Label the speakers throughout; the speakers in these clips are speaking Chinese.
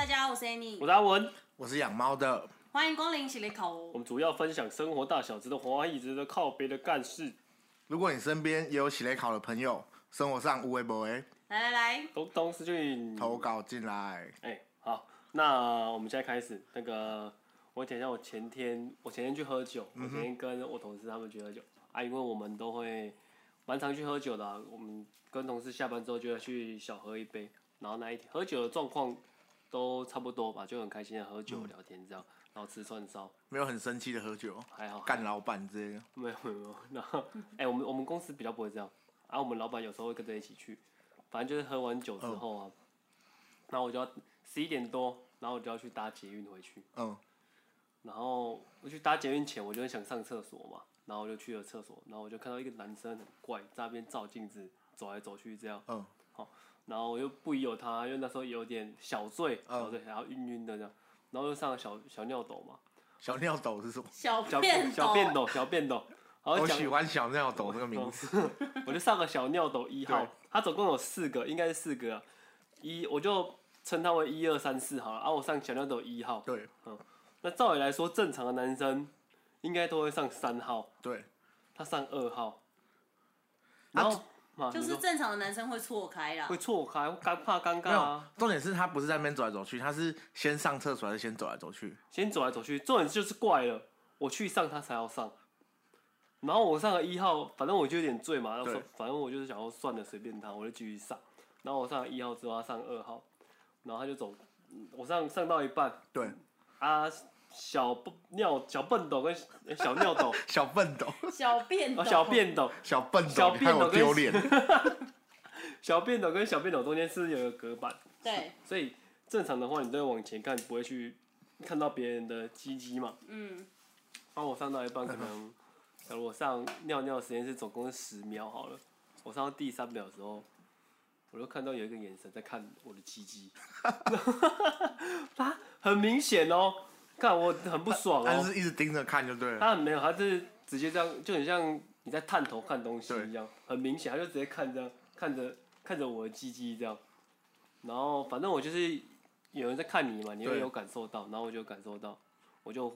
Speaker 1: 我是阿文，
Speaker 2: 我是养猫的，
Speaker 3: 欢迎光临喜力口
Speaker 1: 我。们主要分享生活大小事的华裔，值得靠别的干事，
Speaker 2: 如果你身边也有喜来考的朋友，生活上无微不微，
Speaker 3: 来来来，
Speaker 1: 东东是俊。
Speaker 2: 投稿进来。
Speaker 1: 哎、好，那我们现在开始。那个，我讲一下我前天，我前天去喝酒，
Speaker 2: 嗯
Speaker 1: 我前天跟我同事他们去喝酒、啊，因为我们都会蛮常去喝酒的啊、我们跟同事下班之后就要去小喝一杯，然后那一天喝酒的状况都差不多吧，就很开心的喝酒、
Speaker 2: 嗯
Speaker 1: 聊天这样，然后吃串烧，
Speaker 2: 没有很生气的喝酒，
Speaker 1: 还好。
Speaker 2: 干老板之类的。
Speaker 1: 没有没有没有， 然后哎、我们我们公司比较不会这样，然、后我们老板有时候会跟着一起去，反正就是喝完酒之后啊，然后我就要十一点多，然后我就要去搭捷运回去，
Speaker 2: 嗯，
Speaker 1: 然后我去搭捷运前我就很想上厕所嘛，然后我就去了厕所，然后我就看到一个男生很怪，在那边照镜子走来走去这样，
Speaker 2: 嗯，
Speaker 1: 好，然后我就不疑有他，因为那时候有点小醉，小醉，然后晕晕的这样，然后就上了小小尿斗嘛，
Speaker 2: 小尿斗是什么？
Speaker 3: 小
Speaker 1: 小
Speaker 3: 便
Speaker 1: 小便斗小便斗，然后
Speaker 2: 我
Speaker 1: 讲
Speaker 2: 喜欢小尿斗这个名字。
Speaker 1: 我就上个小尿斗一号
Speaker 2: 对，
Speaker 1: 它总共有四个，应该是四个啊，一我就称它为一二三四好了。啊然、后我上小尿斗一号，
Speaker 2: 对
Speaker 1: 那照理来说，正常的男生应该都会上三号，
Speaker 2: 对，
Speaker 1: 他上二号，
Speaker 2: 啊
Speaker 1: 然后、嘛
Speaker 3: 就
Speaker 1: 啊你
Speaker 3: 是
Speaker 1: 说
Speaker 3: 正常的男生会错开啦
Speaker 1: 会。错开，尴怕尴
Speaker 2: 没
Speaker 1: 尬
Speaker 2: 有
Speaker 1: 啊，。
Speaker 2: 重点是他不是在那边走来走去，他是先上厕所还是先走来走去？
Speaker 1: 先走来走去，重点就是怪了，我去上他才要上。然后我上了一号，反正我就有点醉嘛，然后说
Speaker 2: 对
Speaker 1: 反正我就是想要算了，随便他，我就继续上。然后我上了一号之后，他上二号，然后他就走，嗯我上上到一半
Speaker 2: 对，
Speaker 1: 啊，小笨尿小笨斗跟 诶小尿斗
Speaker 2: 小笨斗，
Speaker 3: 小便斗，
Speaker 1: 啊小便斗
Speaker 2: 小笨
Speaker 1: 小
Speaker 2: 斗，你看
Speaker 1: 便斗
Speaker 2: 我
Speaker 1: 跟
Speaker 2: 丢脸。
Speaker 1: 小便斗跟小便斗中间是有一个隔板，
Speaker 3: 对，
Speaker 1: 所以正常的话你都会往前看，不会去看到别人的鸡鸡嘛。
Speaker 3: 嗯，
Speaker 1: 然后我上到一半，可能，假如我上尿尿时间是总共是十秒好了，我上到第三秒的时候，我就看到有一个眼神在看我的鸡鸡， 他很明显哦，看我很不爽
Speaker 2: 但
Speaker 1: 哦，
Speaker 2: 是一直盯着看就对了。
Speaker 1: 他很没有，他是直接这样，就很像你在探头看东西一样，很明显，他就直接看这样，看着看着我的鸡鸡这样，然后反正我就是有人在看你嘛，你会
Speaker 2: 对
Speaker 1: 有感受到，然后我就有感受到，我就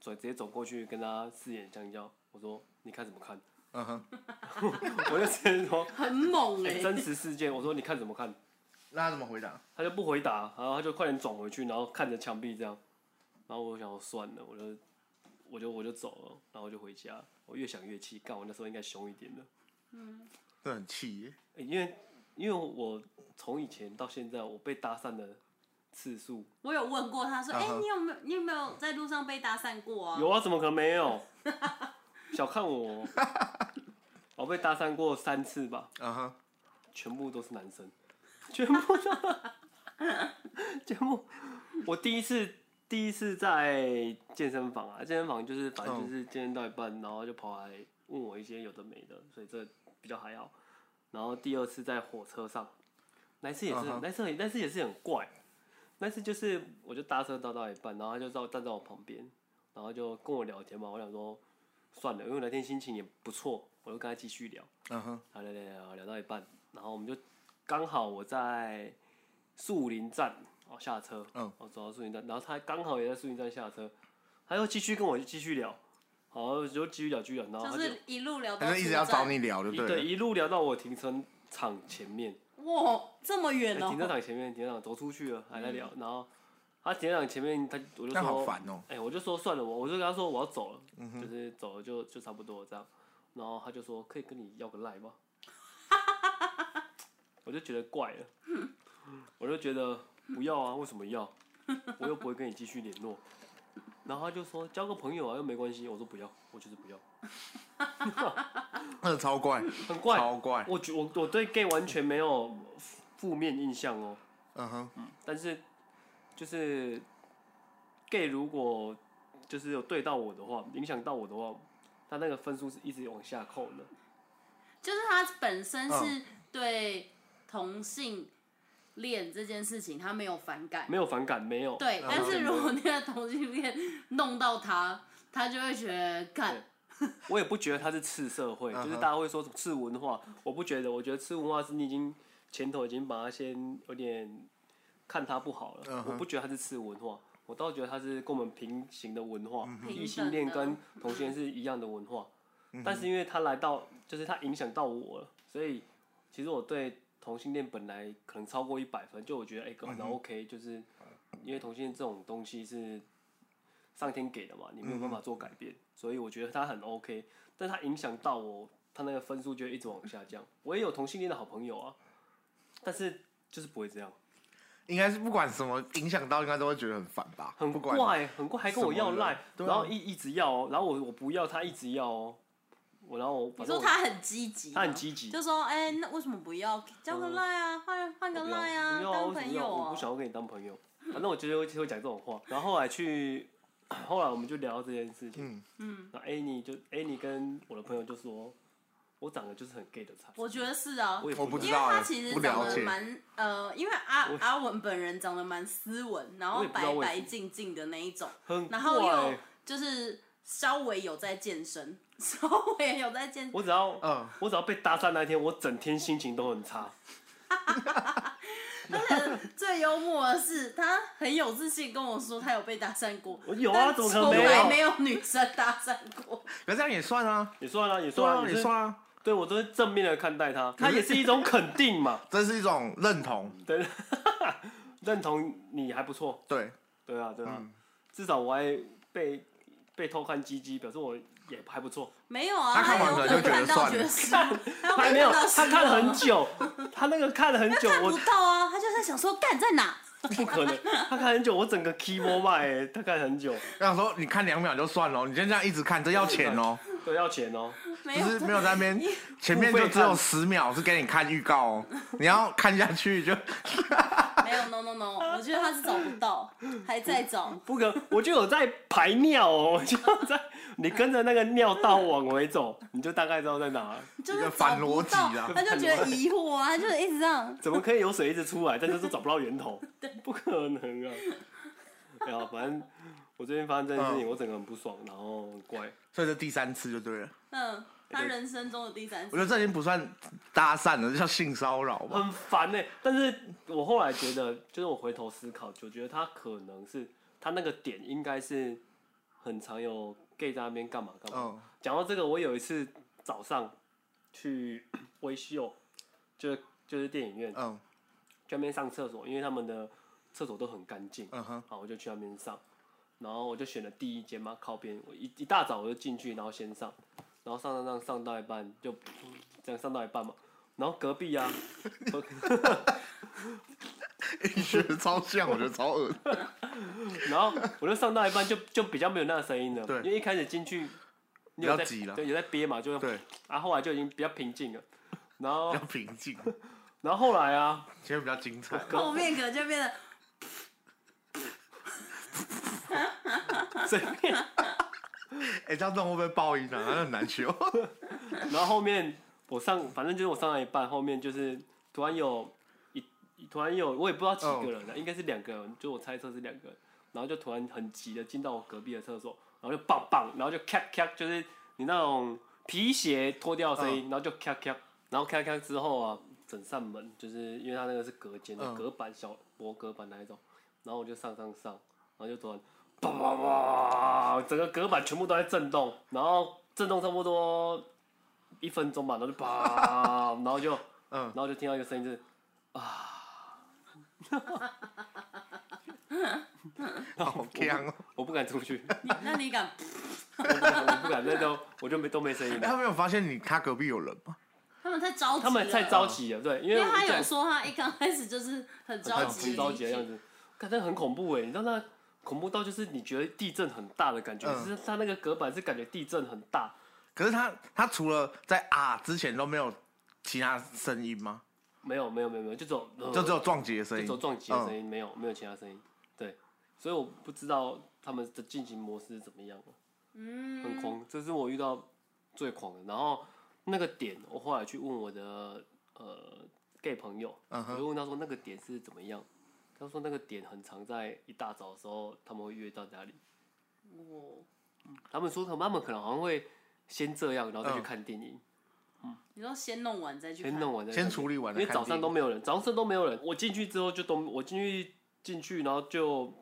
Speaker 1: 走直接走过去跟他四眼相交，我说你看怎么看？
Speaker 2: 嗯哼，
Speaker 1: 我就直接说、
Speaker 3: 很猛哎、
Speaker 1: 哎真实事件，我说你看怎么看？
Speaker 2: 那他怎么回答？
Speaker 1: 他就不回答，然后他就快点转回去，然后看着墙壁这样，然后我想说算了，我就我就我就走了，然后我就回家，我越想越气，干我那时候应该凶一点的，
Speaker 2: 这很气耶。
Speaker 1: 欸因为因为我从以前到现在，我被搭讪的次数
Speaker 3: 我有问过他说，
Speaker 2: 嗯
Speaker 3: 哎、
Speaker 2: 哼
Speaker 3: 你有没有你有没有在路上被搭讪过啊？
Speaker 1: 有啊，怎么可能没有？ 小看我，我被搭讪过三次吧，
Speaker 2: 嗯哼，
Speaker 1: 全部都是男生， 全部都，全部。我第一次第一次在健身房啊，健身房就是反正
Speaker 2: 嗯
Speaker 1: 就是健身到一半，然后就跑来问我一些有的没的，所以这比较还好。然后第二次在火车上，那一次也是
Speaker 2: 嗯哼
Speaker 1: 那一次也那一次也是很怪，那次就是我就搭车搭到一半，然后他就到站在我旁边，然后就跟我聊天嘛，我想说算了，因为那天心情也不错，我就跟他继续聊。
Speaker 2: 嗯哼，
Speaker 1: 然后聊聊聊聊到一半，然后我们就刚好我在树林站哦下车，
Speaker 2: 嗯，
Speaker 1: 我走到树林站，然后他刚好也在树林站下车，他又继续跟我继续聊，好就继续聊继续聊，然后啊他
Speaker 3: 就
Speaker 1: 就是
Speaker 3: 一路聊
Speaker 2: 他
Speaker 3: 到
Speaker 2: 就一直要
Speaker 3: 出站
Speaker 2: 找你聊就
Speaker 1: 一
Speaker 2: 对
Speaker 1: 对
Speaker 2: 了。
Speaker 1: 一路聊到我停车场前面，
Speaker 3: 哇，这么
Speaker 1: 哎
Speaker 3: 远哦、
Speaker 1: 停车场前面停车场走出去了还在聊，然后他停车场前面他我就
Speaker 2: 但嗯好
Speaker 1: 说
Speaker 2: 烦哦。
Speaker 1: 哎、我就说算了，我我就跟他说我要走了，就是走了就就差不多了这样，然后他就说可以跟你要个赖吗？ 我就觉得怪了，我就觉得不要啊，为什么要？我又不会跟你继续联络。然后他就说交个朋友啊，又没关系。我说不要，我就是不要，
Speaker 2: 那个超怪，
Speaker 1: 很怪。
Speaker 2: 超怪。
Speaker 1: 我觉我我对 gay 完全没有负负面印象哦，
Speaker 2: 嗯哼，
Speaker 1: 但是就是 gay 如果就是有对到我的话，影响到我的话，他那个分数是一直往下扣的。
Speaker 3: 就是他本身
Speaker 2: 嗯
Speaker 3: 是对同性恋这件事情他没有反感，
Speaker 1: 没有反感，没有。
Speaker 3: 对，但是
Speaker 1: 真的
Speaker 3: 如果那个同性恋弄到他，他就会觉得看
Speaker 1: 对我也不觉得他是次社会，
Speaker 2: 嗯哼
Speaker 1: 就是大家会说什么次文化，我不觉得，我觉得次文化是你已经前头已经把它先有点看他不好了，
Speaker 2: 嗯
Speaker 1: 我不觉得他是次文化，我倒觉得他是跟我们平行的文化，
Speaker 2: 嗯
Speaker 3: 哼
Speaker 1: 异性恋
Speaker 3: 平等
Speaker 1: 跟
Speaker 3: 的嗯
Speaker 1: 同性恋是一样的文化，
Speaker 2: 嗯
Speaker 1: 但是因为他来到，就是他影响到我了，所以其实我对同性恋本来可能超过一百分，就我觉得哎，
Speaker 2: 嗯
Speaker 1: 可能 OK，就是因为同性恋这种东西是上天给的嘛，你没有办法做改变，所以我觉得他很 OK，但他影响到我，他那个分数就一直往下降。我也有同性恋的好朋友啊，但是就是不会这样，
Speaker 2: 应该是不管什么影响到，应该都会觉得很烦吧？
Speaker 1: 很
Speaker 2: 不管
Speaker 1: 怪，很怪，还跟我要
Speaker 2: 什么人
Speaker 1: 赖，
Speaker 2: 对啊
Speaker 1: 然后一一直要哦，然后我我不要，他一直要哦，我然后我
Speaker 3: 你
Speaker 1: 反正
Speaker 3: 说
Speaker 1: 我
Speaker 3: 他很积极吗，
Speaker 1: 他很积极嗯
Speaker 3: 就说哎、那为什么不要交个赖啊，换换个
Speaker 1: 我不要
Speaker 3: 赖
Speaker 1: 不
Speaker 3: 啊，
Speaker 1: 要啊
Speaker 3: 当
Speaker 1: 为什么
Speaker 3: 朋
Speaker 1: 要
Speaker 3: 友
Speaker 1: 我
Speaker 3: 啊
Speaker 1: 不。想要跟你当朋友。反正我觉得我就会讲这种话，然后后来去，后来我们就聊这件事情。嗯然后 Annie 就 Annie 跟我的朋友就说，我长得就是很 gay 的菜，
Speaker 3: 我觉得是啊，
Speaker 1: 我也
Speaker 2: 我不
Speaker 1: 知
Speaker 2: 知
Speaker 1: 道
Speaker 3: 因为
Speaker 1: 哎
Speaker 2: 道欸
Speaker 3: 他其实
Speaker 2: 不
Speaker 3: 长
Speaker 2: 了
Speaker 3: 得
Speaker 2: 解
Speaker 3: 蛮呃，因为阿
Speaker 1: 我
Speaker 3: 阿文本人长得蛮斯文，然
Speaker 1: 我
Speaker 3: 后
Speaker 1: 也不知道
Speaker 3: 白
Speaker 1: 为什
Speaker 3: 白
Speaker 1: 么哎
Speaker 3: 净净的那一种，
Speaker 1: 很
Speaker 3: 然后又
Speaker 1: 怪。
Speaker 3: 就是稍微有在健身， 稍微有在健，
Speaker 1: 我只要
Speaker 2: 嗯
Speaker 1: 我只要被搭讪那一天，我整天心情都很差。
Speaker 3: 最幽默的是他很有自信跟我说他有被搭讪过，
Speaker 1: 我有啊，
Speaker 3: 但
Speaker 1: 怎
Speaker 3: 从
Speaker 1: 么可能没
Speaker 3: 来
Speaker 1: 有？
Speaker 3: 没有女生搭讪过，
Speaker 2: 可是这样也算啊，
Speaker 1: 也算了，也
Speaker 2: 对
Speaker 1: 算
Speaker 2: 啊，
Speaker 1: 了，也
Speaker 2: 也
Speaker 1: 是
Speaker 2: 算啊，
Speaker 1: 对我都是正面的看待他，他也是一种肯定嘛，
Speaker 2: 这是一种认同，
Speaker 1: 认同你还不错，
Speaker 2: 对，
Speaker 1: 对啊，对啊，至少我还被被偷看鸡鸡，表示我也还不错。
Speaker 3: 没有啊，
Speaker 2: 他看完
Speaker 3: 有
Speaker 2: 可
Speaker 3: 可
Speaker 2: 能就觉
Speaker 3: 看
Speaker 2: 得
Speaker 3: 到
Speaker 2: 算
Speaker 3: 觉
Speaker 2: 了
Speaker 3: 得失望， 他
Speaker 1: 他
Speaker 3: 有
Speaker 1: 没有，
Speaker 3: 看到失
Speaker 1: 他看了
Speaker 3: 望
Speaker 1: 很
Speaker 3: 啊
Speaker 1: 久，他那个看了很久，
Speaker 3: 看
Speaker 1: 我
Speaker 3: 不到啊，他就在想说干在哪，
Speaker 1: 不可能，他看很久，我整个 keyboard 卖、欸，他看很久，
Speaker 2: 然后说你看两秒就算了，你先这样一直看，这要钱哦，
Speaker 1: 对，要钱哦、
Speaker 3: 没
Speaker 2: 只
Speaker 3: 有
Speaker 2: 是没有在那边
Speaker 3: 你，
Speaker 2: 前面就只有十秒是给你看预告哦，你要看下去就
Speaker 3: 没有 no no no，我 觉得他是找不到，还在找。
Speaker 1: 不可，我就有在排尿哦、我就在，你跟着那个尿道往回走，你就大概知道在哪了。
Speaker 3: 就是
Speaker 2: 一个
Speaker 3: 找
Speaker 2: 反
Speaker 3: 不
Speaker 2: 逻辑
Speaker 3: 到，
Speaker 2: 啊
Speaker 3: 他就觉得疑惑啊，他就一直这 样。
Speaker 1: 怎么可以有水一直出来，但是都找不到源头？不可能啊！哎呀，反正我最近发生这件事情，我整个很不爽，然后很怪。
Speaker 2: 所以这第三次就对了。
Speaker 3: 嗯，他人生中的第三
Speaker 2: 我
Speaker 3: 次
Speaker 2: 觉得这已经不算搭讪了，这叫性骚扰吧？
Speaker 1: 很烦呢、但是我后来觉得，就是我回头思考，就觉得他可能是他那个点应该是很常有 gay 在那边干嘛干嘛。
Speaker 2: 嗯，
Speaker 1: 讲、到这个，我有一次早上去 维修，就是就是电影院，
Speaker 2: 嗯
Speaker 1: 去那边上厕所，因为他们的厕所都很干净。
Speaker 2: 嗯哼，
Speaker 1: 好，我就去那边上，然后我就选了第一间嘛，靠边。我一一大早我就进去，然后先上，然后上上上上到一半就嗯这样上到一半嘛，然后隔壁啊，隔
Speaker 2: 你觉得超像，我觉得超恶。
Speaker 1: 然后我就上到一半就就比较没有那个声音了，
Speaker 2: 对
Speaker 1: 因为一开始进去你
Speaker 2: 比
Speaker 1: 有
Speaker 2: 较
Speaker 1: 在
Speaker 2: 急了
Speaker 1: 对，有在憋嘛，就
Speaker 2: 对，
Speaker 1: 啊，后来就已经比较平 静了。然后
Speaker 2: 比较，平静，
Speaker 1: 然后后来啊，
Speaker 2: 前面比较精彩。
Speaker 3: 后面可能就变得
Speaker 1: 随便，
Speaker 2: 哎、这样弄会不会爆音啊？那很难修。
Speaker 1: 然后后面我上，反正就是我上到一半，后面就是突然有一突然有，我也不知道几个人了，
Speaker 2: 哦
Speaker 1: 应该是两个人，就我猜测是两个人，然后就突然很急的进到我隔壁的厕所，然后就棒棒，然后就咔咔，就是你那种皮鞋脱掉的声音，然后就咔咔，然后咔咔之后啊，整扇门就是因为它那个是隔间的
Speaker 2: 嗯
Speaker 1: 隔板小薄隔板那一种，然后我就上上上，然后就突然。叭叭叭，整个隔板全部都在震动，然后震动差不多一分钟吧，然后就啪，然后就，
Speaker 2: 嗯
Speaker 1: 然后就听到一个声音就是，
Speaker 2: 好强哦！
Speaker 1: 我不敢出去，
Speaker 3: 你，那你敢？
Speaker 1: 我不敢，我不敢，那都我就没都没声音
Speaker 2: 哎、他
Speaker 1: 了。
Speaker 2: 没有发现你他隔壁有人吗？
Speaker 3: 他们太着急了，
Speaker 1: 他们太，着急了，对，因
Speaker 3: 因
Speaker 1: 为
Speaker 3: 为
Speaker 1: 我
Speaker 3: 他
Speaker 1: 这
Speaker 3: 有
Speaker 1: 样
Speaker 3: 说他一刚开始就是很着
Speaker 1: 很
Speaker 3: 急，
Speaker 1: 很着急的样子，感觉很恐怖哎，你知道那恐怖到就是你觉得地震很大的感觉，
Speaker 2: 嗯
Speaker 1: 只是他那个隔板是感觉地震很大，
Speaker 2: 可是他他除了在啊之前都没有其他声音吗？
Speaker 1: 没有没有没有没有，就走
Speaker 2: 就只有撞击的声
Speaker 1: 呃就
Speaker 2: 音。嗯
Speaker 1: 只有撞击的声音，没有没有其他声音，对，所以我不知道他们的进行模式是怎么样了，啊
Speaker 3: 嗯，
Speaker 1: 很狂，这是我遇到最狂的。然后那个点，我后来去问我的呃 gay 朋友，
Speaker 2: 嗯
Speaker 1: 我
Speaker 2: 哼，
Speaker 1: 就问他说那个点是怎么样，他说那个点很常在一大早的时候他们会约到家里，
Speaker 3: 哦
Speaker 1: 他们说他们他们可能好像会先这样，然后再去
Speaker 2: 嗯
Speaker 1: 看电影，
Speaker 3: 你说先弄完再去
Speaker 1: 先
Speaker 3: 看，
Speaker 1: 弄完再去
Speaker 2: 先
Speaker 1: 看
Speaker 2: 处理完
Speaker 1: 因为
Speaker 2: 了看电影。
Speaker 1: 早上都没有人，早上都没有人。我进去之后就都，我进去进去，然后就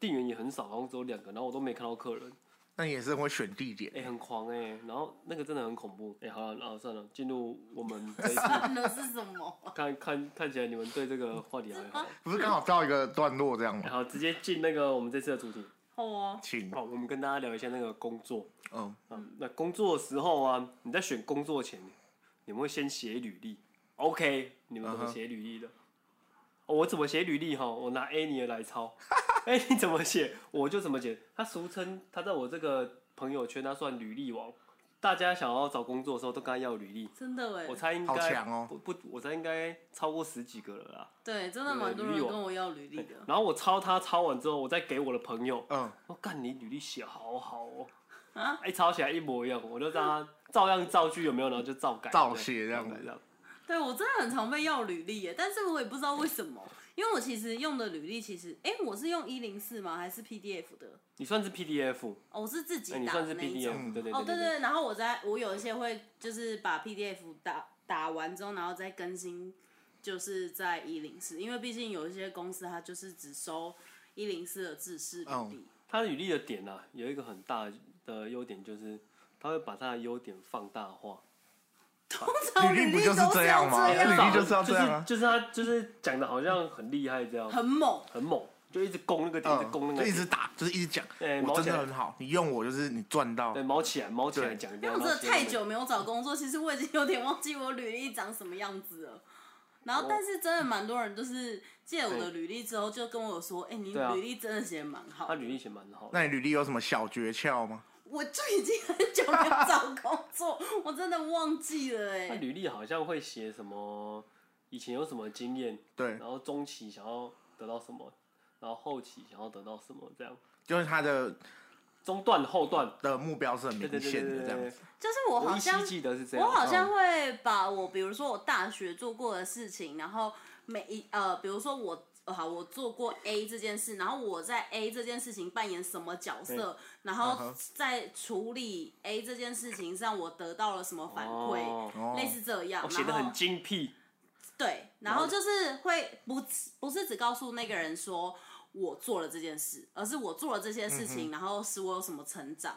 Speaker 1: 店员也很少，好像只有两个，然后我都没看到客人，
Speaker 2: 那你也是很会选地点
Speaker 1: 哎、很狂哎、然后那个真的很恐怖，哎、好了，然后算了，进入我 们这一次，
Speaker 3: 看的是什么？
Speaker 1: 看看看起来你们对这个话题还好，
Speaker 2: 不是刚好到一个段落这样吗？
Speaker 1: 然后直接进那个我们这次的主题，
Speaker 3: 好哦，
Speaker 2: 请，
Speaker 1: 好，我们跟大家聊一下那个工作，
Speaker 2: 嗯，
Speaker 1: 啊，那工作的时候啊，你在选工作前，你们会先写履历？OK，你们怎么
Speaker 2: 嗯哼
Speaker 1: 写履历的？哦，我怎么写履历哈？我拿 A 你的来抄， 哎、你怎么写我就怎么写。他俗称他在我这个朋友圈，他算履历王。大家想要找工作的时候都跟他要履历，
Speaker 3: 真的哎
Speaker 1: 我，猜应
Speaker 2: 好
Speaker 1: 该
Speaker 2: 强哦
Speaker 1: 不不，我猜应该超过十几个了啦。
Speaker 3: 对，真的蛮多
Speaker 1: 呃履历
Speaker 3: 人
Speaker 1: 网
Speaker 3: 跟我要履历的。
Speaker 1: 然后我抄他抄完之后，我再给我的朋友，
Speaker 2: 嗯，
Speaker 1: 我干你履历写好好哦、啊，一抄起来一模一样，我就让他照样造句有没有，然后就照改
Speaker 2: 照写
Speaker 1: 对
Speaker 2: 这样
Speaker 1: 照改这样。
Speaker 3: 对我真的很常被要履历耶，但是我也不知道为什么，因为我其实用的履历其实，哎、我是用一零四吗？还是 PDF 的？
Speaker 1: 你算是 PDF，
Speaker 3: 哦，我是自己
Speaker 1: 哎、你
Speaker 3: 打
Speaker 1: 算
Speaker 3: 的
Speaker 1: 是
Speaker 3: 那一种。
Speaker 1: PDF，对对
Speaker 3: 哦，对
Speaker 1: 对
Speaker 3: 对，然后我在我有一些会就是把 PDF 打打完之后，然后再更新，就是在一零四，因为毕竟有一些公司它就是只收一零四的制式履
Speaker 2: 哦
Speaker 3: 历。
Speaker 1: 他履历的点啊，有一个很大的优点就是，他会把他的优点放大化。
Speaker 3: 通常
Speaker 2: 履历不
Speaker 3: 历
Speaker 2: 就
Speaker 3: 都
Speaker 2: 是这样吗
Speaker 3: 要这
Speaker 2: 那
Speaker 3: 样
Speaker 2: 履历哦就是要这样啊
Speaker 1: 就是就是他就是讲的好像很厉害这样，
Speaker 3: 很猛，
Speaker 1: 很猛，就一直攻那个点，一直攻
Speaker 2: 嗯，
Speaker 1: 那
Speaker 2: 就
Speaker 1: 个
Speaker 2: 一直
Speaker 1: 点，
Speaker 2: 打，就是一直讲，
Speaker 1: 哎
Speaker 2: 我
Speaker 1: 毛
Speaker 2: 真
Speaker 1: 起
Speaker 2: 的
Speaker 1: 来
Speaker 2: 很好，你用我就是你赚到
Speaker 1: 对，，毛起来，毛起来
Speaker 2: 对
Speaker 1: 讲这
Speaker 3: 因为
Speaker 1: 样。
Speaker 3: 我真的
Speaker 1: 然后
Speaker 3: 太久没有找工作，其实我已经有点忘记我履历长什么样子了。然后，但是真的蛮多人就是借我的履历之后，就跟我说：“哎、你
Speaker 1: 对啊
Speaker 3: 履历真的写得蛮好。
Speaker 1: 他履历写蛮好的，
Speaker 2: 那你履历有什么小诀窍吗？
Speaker 3: 我就已经很久没有找工作，我真的忘记了哎、
Speaker 1: 他履历好像会写什么，以前有什么经验，
Speaker 2: 对，
Speaker 1: 然后中期想要得到什么，然后后期想要得到什么，这样
Speaker 2: 就是他的
Speaker 1: 中段后段，
Speaker 2: 的目标是很
Speaker 1: 对
Speaker 2: 明
Speaker 1: 对对对
Speaker 2: 显的
Speaker 1: 对
Speaker 2: 这样
Speaker 1: 对
Speaker 2: 子，，
Speaker 3: 就是我
Speaker 1: 我
Speaker 3: 好
Speaker 1: 依
Speaker 3: 像
Speaker 1: 稀记得是这样。
Speaker 3: 我好像会把我，比如说我大学做过的事情，然后每一呃，比如说我呃好，我做过 A 这件事，然后我在 A 这件事情扮演什么角色，然
Speaker 2: 嗯
Speaker 3: 后
Speaker 2: 哼
Speaker 3: 在处理 A 这件事情上，我得到了什么反馈，
Speaker 1: 哦
Speaker 3: 类似这样。
Speaker 1: 我写的
Speaker 3: 然后
Speaker 1: 很精辟，
Speaker 3: 对，然后就是会不只不是只告诉那个人说我做了这件事，而是我做了这些
Speaker 1: 嗯
Speaker 3: 事情，然后使我有什么成长，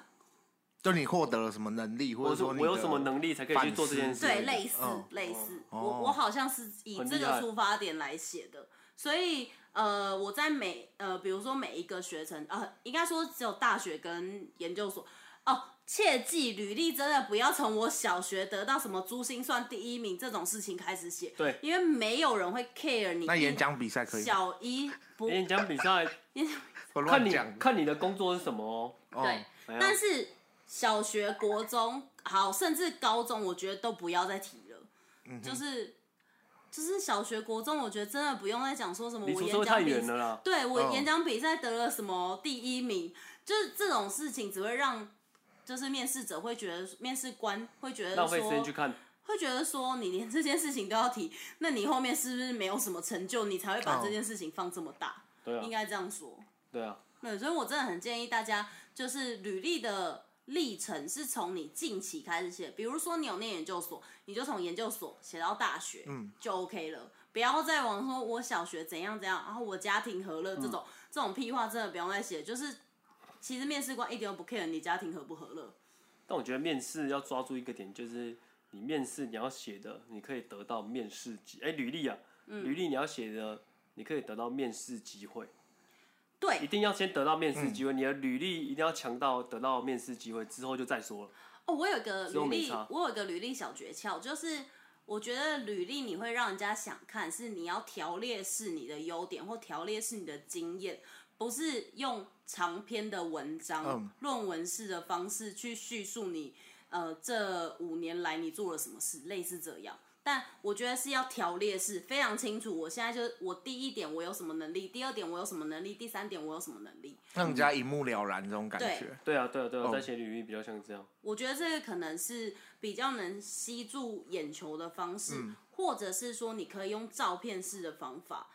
Speaker 2: 就你获得了什么能力，或
Speaker 1: 我
Speaker 2: 者
Speaker 1: 是
Speaker 2: 说
Speaker 1: 我
Speaker 2: 你
Speaker 1: 有
Speaker 2: 的
Speaker 1: 什么能力才可以去做这件事？
Speaker 3: 对，类似、
Speaker 2: 嗯
Speaker 3: 类似，
Speaker 2: 哦
Speaker 3: 我我好像是以
Speaker 1: 很
Speaker 3: 这
Speaker 1: 厉
Speaker 3: 个
Speaker 1: 害
Speaker 3: 出发点来写的，所以呃，我在每呃，比如说每一个学程，呃，应该说只有大学跟研究所哦。切记，履历真的不要从我小学得到什么珠心算第一名这种事情开始写，
Speaker 1: 对
Speaker 3: 因为没有人会 care 你。
Speaker 2: 那演讲比赛可以吗？
Speaker 3: 小一不
Speaker 1: 演哎讲比 赛，
Speaker 2: 我
Speaker 1: 看
Speaker 2: 乱
Speaker 1: 你
Speaker 2: 讲，
Speaker 1: 看你的工作是什么哦。
Speaker 2: 哦
Speaker 3: 对，
Speaker 1: 哎呀
Speaker 3: 但是小学、国中，好，甚至高中，我觉得都不要再提了。
Speaker 1: 嗯
Speaker 3: 就是就是小学、国中，我觉得真的不用再讲说什么
Speaker 1: 离
Speaker 3: 我
Speaker 1: 出
Speaker 3: 演
Speaker 1: 社会太
Speaker 3: 讲比
Speaker 1: 远
Speaker 3: 赛，
Speaker 1: 了啦。
Speaker 3: 对我
Speaker 2: 嗯
Speaker 3: 演讲比赛得了什么第一名，就是这种事情只会让就是面试者会觉得，面试官会觉得
Speaker 1: 浪费时间去
Speaker 3: 说。
Speaker 1: 看，
Speaker 3: 会觉得说你连这件事情都要提，那你后面是不是没有什么成就，你才会把
Speaker 2: 哦
Speaker 3: 这件事情放这么大？
Speaker 1: 对啊
Speaker 3: 应，该这样说。
Speaker 1: 对啊，
Speaker 3: 对，所以我真的很建议大家，就是履历的历程是从你近期开始写，比如说你有念研究所，你就从研究所写到大学，嗯，就 OK 了。不要再往说我小学怎样怎样，然后我家庭和乐这种、这种屁话，真的不用再写。就是其实面试官一点都不 care 你家庭和不和乐，
Speaker 1: 但我觉得面试要抓住一个点，就是你面试你要写的，你可以得到面试机，哎、履历啊，
Speaker 3: 嗯
Speaker 1: 履历你要写的，你可以得到面试机会。一
Speaker 3: 对
Speaker 1: 定要先得到面试机
Speaker 3: 嗯
Speaker 1: 会，你的履历一定要强到得到面试机会之后就再说了。
Speaker 3: 哦，我有一个
Speaker 1: 所以我
Speaker 3: 履
Speaker 1: 没
Speaker 3: 历
Speaker 1: 差，
Speaker 3: 我有一个履历小诀窍，就是我觉得履历你会让人家想看，是你要条列式你的优点或条列式你的经验，不是用长篇的文章
Speaker 2: 嗯、
Speaker 3: 论、文式的方式去叙述你呃这五年来你做了什么事，类似这样。但我觉得是要条列式，非常清楚。我现在就是我第一点我有什么能力，第二点我有什么能力，第三点我有什么能力。
Speaker 2: 让人家一目了然这种感
Speaker 3: 对
Speaker 2: 觉。
Speaker 1: 对啊，对啊，对啊，
Speaker 2: 哦
Speaker 1: 在写履历比较像这样。
Speaker 3: 我觉得这个可能是比较能吸住眼球的方式，
Speaker 1: 嗯
Speaker 3: 或者是说你可以用照片式的方法。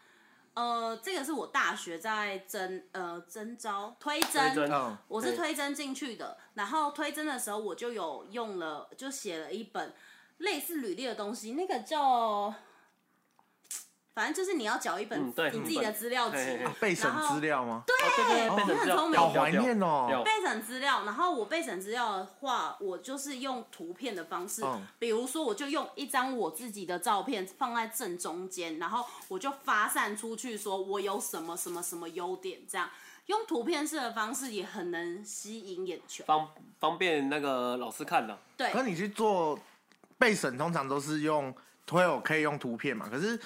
Speaker 3: 呃，这个是我大学在征呃征招推
Speaker 1: 推
Speaker 3: 甄，
Speaker 1: 甄啊
Speaker 2: 嗯，
Speaker 3: 我是
Speaker 1: 对
Speaker 3: 推甄进去的。然后推甄的时候，我就有用了，就写了一本类似履历的东西，那个叫反正就是你要缴一本
Speaker 1: 嗯对
Speaker 3: 你自己的资料集，
Speaker 1: 嗯本嘿嘿
Speaker 2: 备审资料吗？对，
Speaker 1: 哦对
Speaker 2: 哦
Speaker 3: 你
Speaker 1: 对，被审
Speaker 3: 很
Speaker 1: 资料
Speaker 3: 聪明
Speaker 1: 掉
Speaker 2: 好怀
Speaker 1: 掉
Speaker 2: 念哦
Speaker 1: 掉
Speaker 3: 备审资料，然后我备审资料的话，我就是用图片的方式，
Speaker 2: 嗯
Speaker 3: 比如说我就用一张我自己的照片放在正中间，然后我就发散出去，说我有什么什么什么优点，这样用图片式的方式也很能吸引眼球。
Speaker 1: 方方便那个老师看的，
Speaker 3: 对，
Speaker 2: 可你去做备审，通常都是用推有可以用图片嘛，可是。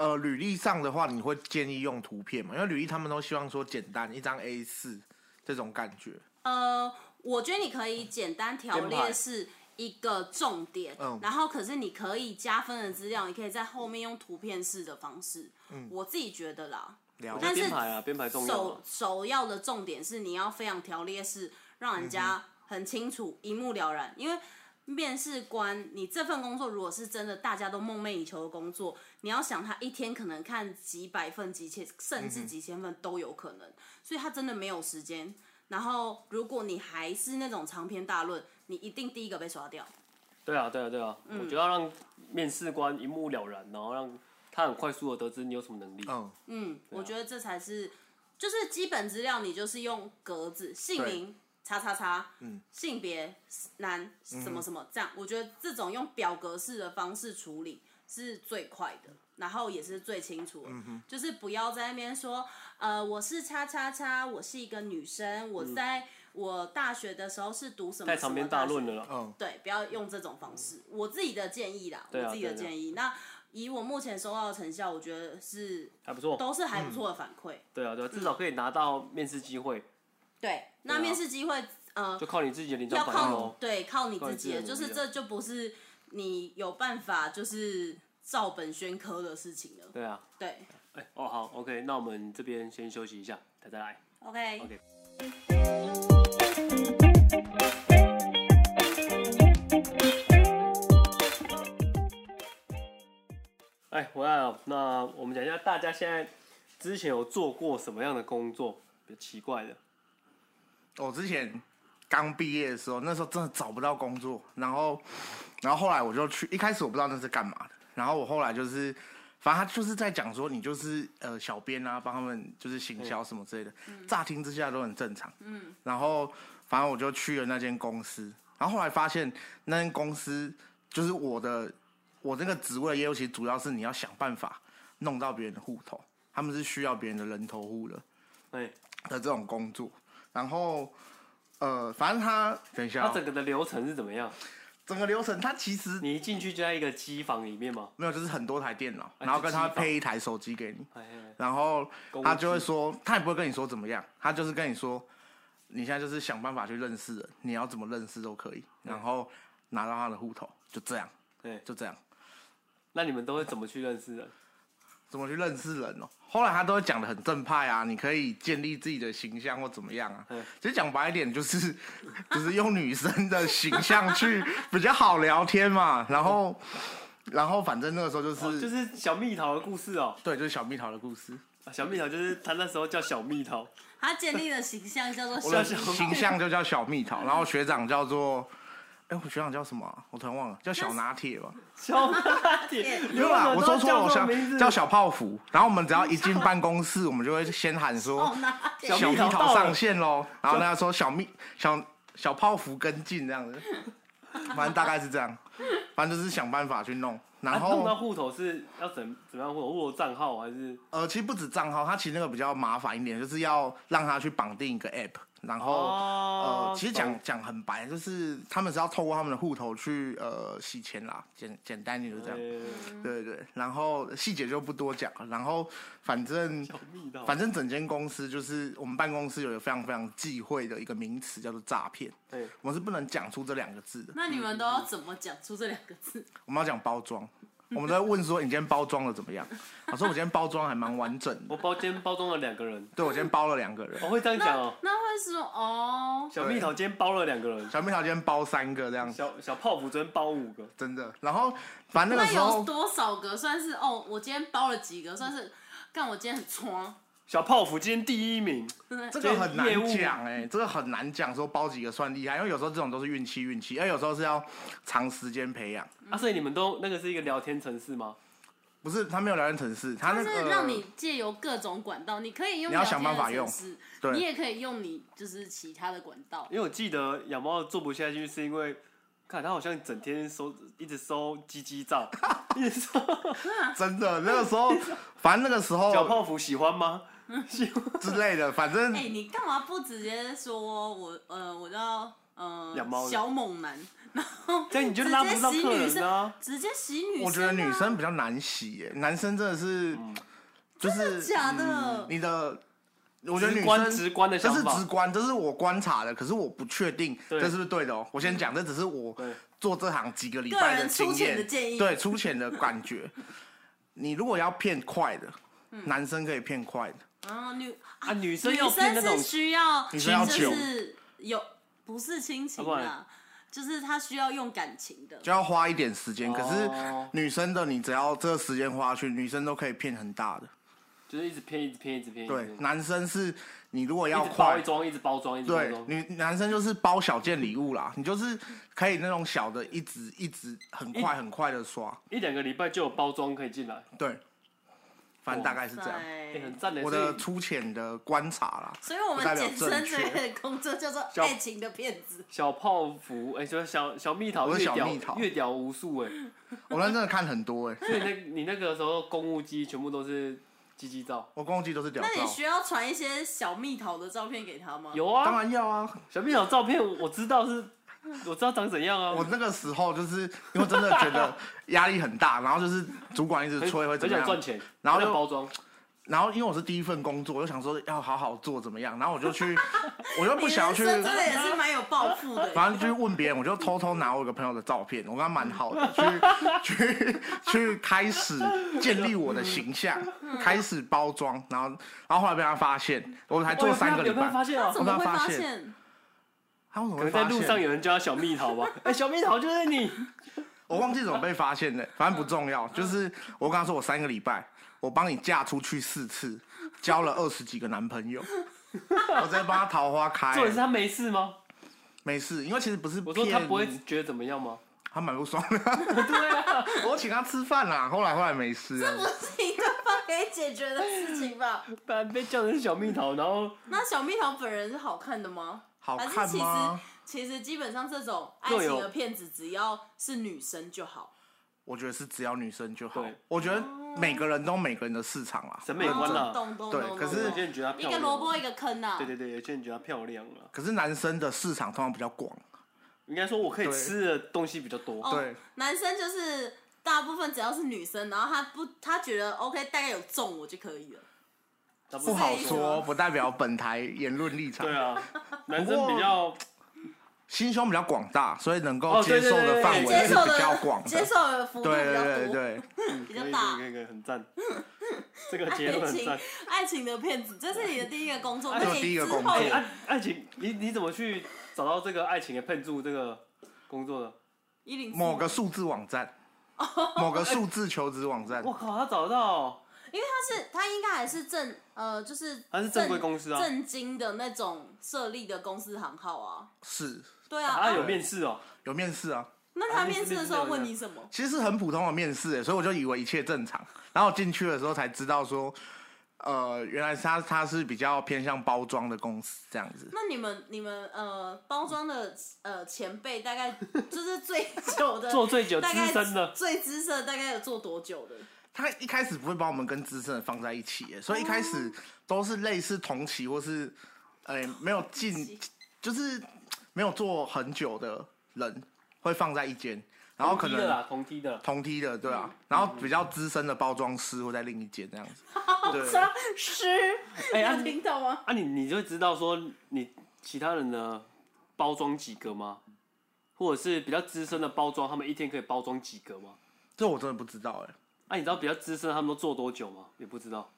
Speaker 2: 呃，履历上的话，你会建议用图片嘛？因为履历他们都希望说简单，一张 A 四这种感觉。
Speaker 3: 呃，我觉得你可以简单条
Speaker 1: 编排
Speaker 3: 列是一个重点，
Speaker 2: 嗯
Speaker 3: 然后可是你可以加分的资料，你可以在后面用图片式的方式，我自己觉得啦。
Speaker 2: 了
Speaker 3: 但
Speaker 2: 解，
Speaker 3: 是
Speaker 1: 编排啊，编排重要啊
Speaker 3: 首。首要的重点是你要非常条列式，让人
Speaker 1: 嗯
Speaker 3: 家很清楚、一目了然。因为面试官，你这份工作如果是真的大家都梦寐以求的工作，你要想他一天可能看几百份、几千甚至几千份都有可能，所以他真的没有时间。然后，如果你还是那种长篇大论，你一定第一个被刷掉。
Speaker 1: 对啊，对啊，对啊，
Speaker 3: 嗯
Speaker 1: 我觉得要让面试官一目了然，然后让他很快速的得知你有什么能力。
Speaker 2: 嗯，
Speaker 3: 嗯，我
Speaker 1: 啊
Speaker 3: 觉得这才是，就是基本资料，你就是用格子、姓名、叉叉叉，
Speaker 1: 嗯
Speaker 3: 性别男什么什么这样，我觉得这种用表格式的方式处理是最快的，然后也是最清楚的，
Speaker 1: 嗯
Speaker 3: 就是不要在那边说，呃，我是叉叉叉，我是一个女生，我在我大学的时候是读什么
Speaker 1: 太
Speaker 3: 什
Speaker 1: 嗯长
Speaker 3: 么
Speaker 1: 篇大
Speaker 3: 学
Speaker 1: 论了啦。
Speaker 3: 对，不要用这种方式。我自己的建议啦，
Speaker 1: 对啊
Speaker 3: 我自己的
Speaker 1: 对啊
Speaker 3: 建议。那以我目前收到的成效，我觉得是
Speaker 1: 还不错
Speaker 3: 都是还不错的反馈。
Speaker 1: 对啊，对啊，至少可以拿到面试机会，
Speaker 3: 对，那面试机会、呃
Speaker 1: 就靠你自己的临
Speaker 3: 要
Speaker 1: 场反应哦
Speaker 3: 靠
Speaker 1: 喽
Speaker 3: 你。对靠你
Speaker 1: 靠
Speaker 3: 自
Speaker 1: 你
Speaker 3: 己
Speaker 1: 自
Speaker 3: 的，
Speaker 1: 己的
Speaker 3: 就
Speaker 1: 努力
Speaker 3: 是
Speaker 1: 啊
Speaker 3: 这就不是你有办法就是照本宣科的事情了。
Speaker 1: 对啊，
Speaker 3: 对
Speaker 1: 哎、哦好，OK，那我们这边先休息一下，再再来。
Speaker 3: ，OK，
Speaker 1: OK 哎，回来了。那我们讲一下大家现在之前有做过什么样的工作，比较奇怪的。
Speaker 2: 我之前刚毕业的时候，那时候真的找不到工作，然后，然后后来我就去，一开始我不知道那是干嘛的，然后我后来就是，反正他就是在讲说你就是呃小编啊，帮他们就是行销什么之类的，乍听之下都很正常，嗯，然后反正我就去了那间公司，然后后来发现那间公司就是我的我这个职位业务，其实主要是你要想办法弄到别人的户头，他们是需要别人的人头户的，
Speaker 1: 哎，
Speaker 2: 的这种工作。然后，呃，反正他等一下
Speaker 1: 它
Speaker 2: 哦、
Speaker 1: 整个的流程是怎么样？
Speaker 2: 整个流程，他其实
Speaker 1: 你一进去就在一个机房里面嘛。
Speaker 2: 没有，就是很多台电脑，
Speaker 1: 哎
Speaker 2: 然后跟他
Speaker 1: 就机房
Speaker 2: 配一台手机给你，
Speaker 1: 哎哎，
Speaker 2: 然后
Speaker 1: 公务
Speaker 2: 他就会
Speaker 1: 机
Speaker 2: 说，他也不会跟你说怎么样，他就是跟你说，你现在就是想办法去认识人，你要怎么认识都可以，然后拿到他的户头，就这样，
Speaker 1: 哎，
Speaker 2: 就这样。
Speaker 1: 那你们都会怎么去认识人？
Speaker 2: 怎么去认识人哦？后来他都会讲的很正派啊，你可以建立自己的形象或怎么样啊
Speaker 1: 嗯。
Speaker 2: 其实讲白一点，就是 就是用女生的形象去比较好聊天嘛。然后，然后反正那个时候就是、
Speaker 1: 哦，就是小蜜桃的故事哦。
Speaker 2: 对，就是小蜜桃的故事，
Speaker 1: 啊小蜜桃就是他那时候叫小蜜 桃，
Speaker 3: 他建立的形象叫做
Speaker 2: 我
Speaker 3: 小
Speaker 2: 的形象就叫小蜜桃，然后学长叫做。哎，我学长叫什么啊、我突然忘了，叫小拿铁吧？
Speaker 1: 小拿铁。
Speaker 2: 没有啦，我说错了，我
Speaker 1: 小
Speaker 2: 想叫小泡芙。然后我们只要一进办公 室，我们就会先喊说：“
Speaker 3: 哦，那
Speaker 1: 小
Speaker 2: 小蜜
Speaker 1: 蜜桃
Speaker 2: 桃
Speaker 1: 到
Speaker 2: 上
Speaker 1: 了
Speaker 2: 线喽，然后大家说小蜜小小泡芙跟进这样子，反正大概是这样，反正就是想办法去弄。然
Speaker 1: 啊、弄到
Speaker 2: 后
Speaker 1: 户头是要怎怎么样户头？我有账号还是？
Speaker 2: 呃，其实不止账号，它其实那个比较麻烦一点，就是要让它去绑定一个 app，然后
Speaker 1: 哦
Speaker 2: 呃，其实讲讲很白，就是他们是要透过他们的户头去呃洗钱啦，简简单一点就这样。
Speaker 1: 呃
Speaker 2: 对对，对然后细节就不多讲了，然后反正
Speaker 1: 小蜜桃，
Speaker 2: 反正整间公司就是我们办公室有一个非常非常忌讳的一个名词，叫做诈骗。
Speaker 1: 对，
Speaker 2: 我们是不能讲出这两个字的，
Speaker 3: 那你们都要怎么讲出这两个字？
Speaker 2: 我们要讲包装。我们都在问说你今天包装的怎么样？我说我今天包装还蛮完整的，
Speaker 1: 我包今天包装了两个人，
Speaker 2: 对我今天包了两个人
Speaker 1: 我、，会这样讲哦、
Speaker 3: 那会说哦，
Speaker 1: 小蜜桃今天包了两个人，
Speaker 2: 小蜜桃今天包三个这样，
Speaker 1: 小小泡芙昨天包五个，
Speaker 2: 真的。然后反正那个
Speaker 3: 那
Speaker 2: 时
Speaker 3: 有
Speaker 2: 候，
Speaker 3: 多少个算是哦？我今天包了几个算是？干，我今天很装。
Speaker 1: 小泡芙今天第一名，
Speaker 2: 这个很难
Speaker 1: 业务
Speaker 2: 讲哎、这个很难讲说包几个算厉害，因为有时候这种都是运气哎运气，而有时候是要长时间培养。
Speaker 1: 啊，所以你们都那个是一个聊天城市吗？
Speaker 2: 不是他没有聊天程式，他那
Speaker 3: 但
Speaker 2: 个
Speaker 3: 是让你借由各种管道，你可以用
Speaker 2: 呃你要
Speaker 3: 聊
Speaker 2: 想
Speaker 3: 天
Speaker 2: 办法
Speaker 3: 的
Speaker 2: 用
Speaker 3: 程式
Speaker 2: 对
Speaker 3: 你也可以用你就是其他的管道。
Speaker 1: 因为我记得养猫做不下去，是因为看他好像整天收一直收鸡鸡 照，一直收
Speaker 2: 真的那个时 候，反正那个时
Speaker 1: 小
Speaker 2: 候
Speaker 1: 泡芙喜欢吗？
Speaker 2: 之类的，反正
Speaker 3: 哎、你干嘛不直接说我呃，我叫呃
Speaker 1: 养猫的
Speaker 3: 小猛男，
Speaker 1: 这样你就拉不到客人啊。
Speaker 3: 直接洗女生、啊？
Speaker 2: 我觉得女生比较难洗耶，男生真的是就是
Speaker 3: 假嗯的，
Speaker 2: 嗯你的，我觉得
Speaker 1: 直
Speaker 2: 女
Speaker 1: 观
Speaker 2: 生
Speaker 1: 直观的
Speaker 2: 这
Speaker 1: 想
Speaker 2: 是直
Speaker 1: 法，
Speaker 2: 观，这是我观察的，可是我不确定
Speaker 1: 对
Speaker 2: 这是不是对的哦。我先讲，这只是我
Speaker 1: 对
Speaker 2: 做这行几个礼
Speaker 3: 个
Speaker 2: 拜
Speaker 3: 人粗
Speaker 2: 经
Speaker 3: 浅的
Speaker 2: 验，
Speaker 3: 建议
Speaker 2: 对粗浅的感觉。你如果要骗快的，
Speaker 3: 嗯
Speaker 2: 男生可以骗快的，
Speaker 3: 然后女
Speaker 1: 啊，女生
Speaker 3: 女
Speaker 1: 要
Speaker 3: 生
Speaker 1: 骗那种
Speaker 3: 是需要
Speaker 2: 女生要
Speaker 3: 就
Speaker 2: 久
Speaker 3: 是有不是亲情
Speaker 1: 啊不
Speaker 3: 啊
Speaker 1: 然，
Speaker 3: 就是她需要用感情的。
Speaker 2: 就要花一点时间。可是
Speaker 1: 哦
Speaker 2: 女生的，你只要这个时间花去，女生都可以骗很大的。
Speaker 1: 就是一直骗，一直骗，一直骗，一直
Speaker 2: 对
Speaker 1: 骗，
Speaker 2: 男生是你如果
Speaker 1: 嗯
Speaker 2: 要
Speaker 1: 一直包
Speaker 2: 快
Speaker 1: 一，装，一直包装，一直包
Speaker 2: 对
Speaker 1: 装，
Speaker 2: 女男生就是包小件礼物啦，你就是可以那种小的，一直一直很快很快的刷，
Speaker 1: 一两个礼拜就有包装可以进来，
Speaker 2: 对，反正大概是这样。
Speaker 3: 对
Speaker 1: 哎，很赞的。
Speaker 2: 我的
Speaker 1: 所以
Speaker 2: 粗浅的观察啦，
Speaker 3: 所以我
Speaker 2: 不代
Speaker 3: 们
Speaker 2: 表
Speaker 3: 简称
Speaker 2: 正
Speaker 3: 这
Speaker 2: 确
Speaker 3: 类的工作叫做
Speaker 1: 叫
Speaker 3: 爱情的骗子。
Speaker 1: 小泡芙，哎，就是小小蜜桃
Speaker 2: 我
Speaker 1: 越
Speaker 2: 是小
Speaker 1: 屌
Speaker 2: 蜜桃
Speaker 1: 越屌无数哎。
Speaker 2: 我那真的看很多哎、
Speaker 1: 所以那你那个时候公务机全部都是鸡鸡照，
Speaker 2: 我攻击都是屌
Speaker 3: 那你需
Speaker 2: 照，
Speaker 3: 要传一些小蜜桃的照片给他吗？
Speaker 1: 有
Speaker 2: 当
Speaker 1: 啊，
Speaker 2: 然要啊。
Speaker 1: 小蜜桃照片我知道是，我知道长怎样啊。
Speaker 2: 我那个时候就是因为真的觉得压力很大，然后就是主管一直
Speaker 1: 很
Speaker 2: 催会
Speaker 1: 很
Speaker 2: 怎么
Speaker 1: 想赚
Speaker 2: 样，
Speaker 1: 钱，
Speaker 2: 然后
Speaker 1: 要
Speaker 2: 就
Speaker 1: 包装，
Speaker 2: 然后因为我是第一份工作，我就想说要好好做怎么样，然后我 就去，我就
Speaker 3: 你
Speaker 2: 不想要
Speaker 3: 人
Speaker 2: 去
Speaker 3: 生，真的也是蛮有抱负的。欸
Speaker 2: 反正就去问别人，我就偷偷拿我一个朋友的照片，我跟他蛮好的，去去去开始建立我的形象，开始包装，然后然后后来被他发现，我才做三个礼
Speaker 1: 有没有
Speaker 2: 拜，
Speaker 1: 发现啊？
Speaker 3: 怎么会
Speaker 2: 我刚
Speaker 3: 发
Speaker 2: 发现
Speaker 3: 现？
Speaker 2: 他为什么
Speaker 1: 可
Speaker 2: 会
Speaker 1: 能在
Speaker 2: 发
Speaker 1: 路上
Speaker 2: 现？
Speaker 1: 有人叫他小蜜桃吧？哎，小蜜桃就是你，
Speaker 2: 我忘记怎么被发现的，反正不重要。就是我跟他说我三个礼拜，我帮你嫁出去四次，交了二十几个男朋友，我直接帮他桃花开
Speaker 1: 重，点是他没事吗？
Speaker 2: 没事，因为其实不是
Speaker 1: 我说他
Speaker 2: 骗
Speaker 1: 不会觉得怎么样 吗？
Speaker 2: 他蛮不爽的，
Speaker 1: 对啊，
Speaker 2: 我请他吃饭啦，后来后来没事啊。
Speaker 3: 不是一个方可以解决的事情吧？
Speaker 1: 不然被叫成小蜜桃，然后
Speaker 3: 那小蜜桃本人是好看的吗？
Speaker 2: 好
Speaker 3: 还
Speaker 2: 看
Speaker 3: 是其实
Speaker 2: 吗？
Speaker 3: 其实基本上这种爱
Speaker 1: 各有
Speaker 3: 情的骗子，只要是女生就好。
Speaker 2: 我觉得是只要女生就好
Speaker 1: 对。
Speaker 2: 我觉得每个人都有每个人的市场啊啦。
Speaker 1: 审美观啦。
Speaker 3: 咚咚
Speaker 2: 对
Speaker 3: 咚咚
Speaker 2: 可是
Speaker 1: 有
Speaker 3: 咚
Speaker 1: 些人觉得她
Speaker 3: 一
Speaker 1: 漂
Speaker 3: 个
Speaker 1: 亮，
Speaker 3: 萝卜一个坑呐、啊。
Speaker 1: 对对对，有些人觉得她漂亮啊了。
Speaker 2: 可是男生的市场通常比较广，
Speaker 1: 应该说我可以
Speaker 2: 对
Speaker 1: 吃的东西比较多，
Speaker 3: 哦
Speaker 2: 对，
Speaker 3: 男生就是大部分只要是女生，然后他不他觉得 OK，大概有中我就可以了。
Speaker 1: 差
Speaker 2: 不
Speaker 1: 多
Speaker 2: 好
Speaker 3: 是这个意思
Speaker 2: 说，
Speaker 3: 吗
Speaker 2: 不代表本台言论立场
Speaker 1: 对。啊，男生比较
Speaker 2: 心胸比较广大，所以能
Speaker 1: 哦
Speaker 2: 够
Speaker 1: 对
Speaker 2: 接
Speaker 1: 对
Speaker 2: 受的范
Speaker 1: 对
Speaker 2: 围
Speaker 3: 接
Speaker 2: 是
Speaker 3: 受
Speaker 2: 比较广
Speaker 3: 的
Speaker 2: 的。
Speaker 3: 接受的幅度比
Speaker 2: 对
Speaker 3: 较多。
Speaker 2: 对对对，
Speaker 1: 嗯
Speaker 3: 比较
Speaker 1: 可以
Speaker 3: 大
Speaker 1: 可以可以可以很赞，这个结论
Speaker 3: 爱
Speaker 1: 很
Speaker 3: 情
Speaker 1: 赞。，
Speaker 3: 爱情的骗子，这是你的第一个工作，
Speaker 1: 哎
Speaker 3: 那
Speaker 2: 这是
Speaker 3: 你
Speaker 2: 第一
Speaker 3: 之
Speaker 2: 个工
Speaker 3: 后
Speaker 2: 作
Speaker 1: 哎，爱爱情，你你怎么去找到这个爱情的骗助这个工作的？
Speaker 3: 一零
Speaker 2: 某个数字网 站，某个数字求职网站
Speaker 1: 我，靠，他找得到哦，
Speaker 3: 因为他是他应该还是正呃，就是
Speaker 1: 他是正规公司啊
Speaker 3: 正经的那种设立的公司行号啊。
Speaker 2: 是
Speaker 3: 对啊，
Speaker 1: 他
Speaker 3: 啊
Speaker 1: 有面试哦，
Speaker 2: 有面试啊。
Speaker 3: 那他面试的时候问你什么？
Speaker 2: 其实是很普通的面试欸耶，所以我就以为一切正常。然后进去的时候才知道说，呃，原来他他是比较偏向包装的公司这样子。
Speaker 3: 那你们你们呃包装的呃前辈大概呃就是最久的，
Speaker 1: 做最久
Speaker 3: 大
Speaker 1: 资
Speaker 3: 概
Speaker 1: 深的，
Speaker 3: 最资深的大概有做多久的？
Speaker 2: 他一开始不会把我们跟资深的放在一起耶，所以一开
Speaker 3: 哦
Speaker 2: 始都是类似同期或是，哎、没有进，就是没有做很久的人会放在一间，然后可
Speaker 1: 同梯的
Speaker 2: 能
Speaker 1: 啦，同梯的，
Speaker 2: 同梯的对
Speaker 3: 嗯
Speaker 2: 啊，然后比较资深的包装师会在另一间这 样子。对，
Speaker 3: 啊是，
Speaker 1: 哎啊
Speaker 3: 你有听到吗？
Speaker 1: 啊你你就知道说你其他人呢包装几个吗？或者是比较资深的包装，他们一天可以包装几个吗？
Speaker 2: 这我真的不知道哎。
Speaker 1: 啊，你知道比较资深他们都做多久吗？也不知道。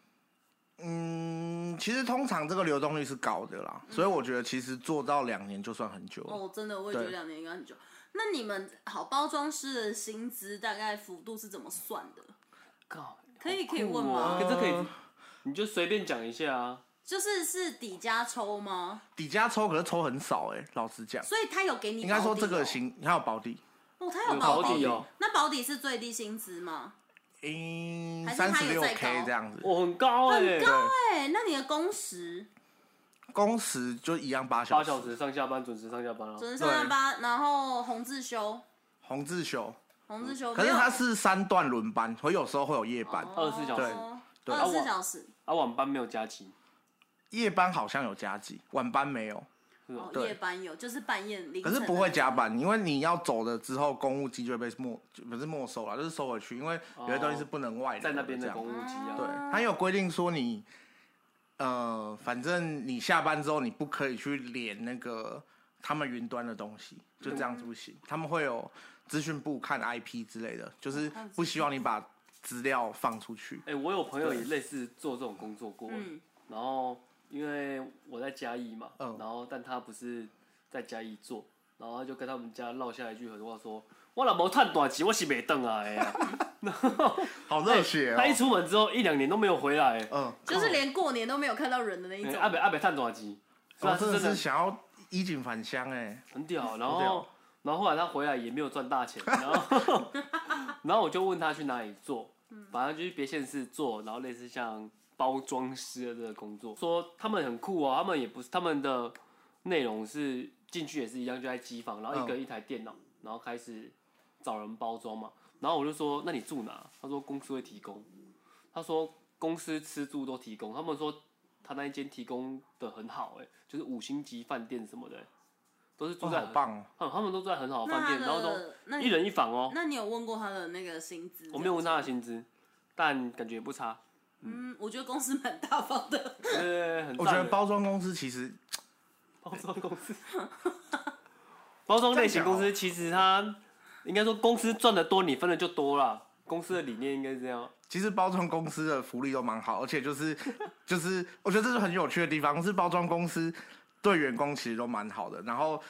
Speaker 2: 嗯，其实通常这个流动率是高的啦，所以我觉得其实做到两年就算很久了。
Speaker 3: 哦，真的，我也觉得
Speaker 2: 对
Speaker 3: 两年应该很久。那你们好包装师的薪资大概幅度是怎么算的？
Speaker 1: 靠，
Speaker 3: 可以
Speaker 1: 好酷
Speaker 3: 可以问吗
Speaker 1: 哦可这可以
Speaker 2: 呃，
Speaker 1: 你就随便讲一下啊。
Speaker 3: 就是是底加抽吗？
Speaker 2: 底价抽可是抽很少哎、老实讲，
Speaker 3: 所以他有给你
Speaker 2: 应该说
Speaker 3: 保底
Speaker 2: 这个
Speaker 3: 哦
Speaker 2: 行还有保底，
Speaker 3: 哦，他有
Speaker 1: 有
Speaker 3: 保
Speaker 1: 保底
Speaker 3: 底
Speaker 1: 哦。
Speaker 3: 那保底是最低薪资吗？
Speaker 2: 诶
Speaker 3: 还是
Speaker 2: 三
Speaker 3: 他
Speaker 2: 十
Speaker 3: 有
Speaker 2: 六
Speaker 3: 再
Speaker 2: K
Speaker 3: 高
Speaker 2: 这样子，
Speaker 1: 我很高哎、
Speaker 3: 很
Speaker 1: 欸，
Speaker 3: 高哎、那你的工时
Speaker 2: 工时就一样八
Speaker 1: 八
Speaker 2: 小
Speaker 1: 小
Speaker 2: 时。
Speaker 1: 时上下班，准时上下班啊。
Speaker 3: 准时上下班，然后红自修，
Speaker 2: 洪志修，
Speaker 3: 红自修，
Speaker 2: 嗯可是
Speaker 3: 哦没有
Speaker 2: 他是三段轮班，会有时候会有夜班，
Speaker 1: 24小时
Speaker 3: 哦
Speaker 2: 对对
Speaker 3: 二十四小时，
Speaker 1: 啊，晚班没有加急，
Speaker 2: 夜班好像有加急，晚班没有。
Speaker 1: 是吧
Speaker 3: 哦？
Speaker 2: 对
Speaker 3: 夜班有，就是半夜凌
Speaker 2: 可
Speaker 3: 晨
Speaker 2: 是
Speaker 3: 的
Speaker 2: 不会加班，因为你要走了之后，公务机就会被没，就不是没收了，就是收回去，因为有些东西是不能外流
Speaker 1: 哦
Speaker 2: 的
Speaker 1: 在那边
Speaker 2: 这
Speaker 1: 的
Speaker 2: 样
Speaker 1: 公务机啊，
Speaker 2: 对，他有规定说你，呃，反正你下班之后你不可以去连那个他们云端的东西，就这样子不行。他们会有资讯部看 IP 之类的，
Speaker 3: 哦
Speaker 2: 就是不希望你把资料放出去。
Speaker 1: 哎、我有朋友也类似做这种工作过，
Speaker 3: 嗯
Speaker 1: 然后因为我在嘉义嘛，
Speaker 2: 嗯
Speaker 1: 然后但他不是在嘉义做，然后他就跟他们家落下一句狠话说：“我老婆探短期，我是没等啊。哎呀
Speaker 2: 好热血
Speaker 1: 他一
Speaker 2: 哦！
Speaker 1: 出门之后一两年都没有回来，哎
Speaker 2: 嗯，
Speaker 3: 就是连过年都没有看到人的那一
Speaker 1: 哎
Speaker 3: 种。
Speaker 1: 阿北阿北探短期，所以他
Speaker 2: 我哦真的
Speaker 1: 真
Speaker 2: 是
Speaker 1: 的
Speaker 2: 想要衣锦返乡哎，
Speaker 1: 很屌。然
Speaker 2: 很屌
Speaker 1: 后然后后来他回来也没有赚大钱，然后 然后我就问他去哪里做，
Speaker 2: 嗯
Speaker 1: 反正就是别县市做，然后类似像包装师的这个工作，说他们很酷哦，他们也不是他们的内容是进去也是一样，就在机房，然后一
Speaker 2: 嗯
Speaker 1: 个人一台电脑，然后开始找人包装嘛。然后我就说，那你住哪？他说公司会提供。他说公司吃住都提供，他们说他那一间提供的很好、欸，哎，就是五星级饭店什么的欸、都是住
Speaker 2: 哇
Speaker 1: 在
Speaker 2: 好
Speaker 1: 很，
Speaker 2: 棒哦！
Speaker 1: 嗯他们都住在很好的饭
Speaker 3: 那他
Speaker 1: 店，然后
Speaker 3: 的那
Speaker 1: 都一
Speaker 3: 你
Speaker 1: 人一房哦、
Speaker 3: 那你有问过他的那个薪资？
Speaker 1: 我没有问他的薪资，但感觉也不差，
Speaker 3: 嗯，我觉得公司蛮大方的。
Speaker 1: 对对对，很
Speaker 2: 我觉
Speaker 1: 赞
Speaker 2: 得
Speaker 1: 欸。
Speaker 2: 包装公司其实
Speaker 1: 包装公司，包装类型公司其实它应该说公司赚的多，你分的就多啦。公司的理念应该是这样，哦
Speaker 2: 其实包装公司的福利都蛮好，而且就是 就是，我觉得这是很有趣的地方，是包装公司对员工其实都蛮好的。然后，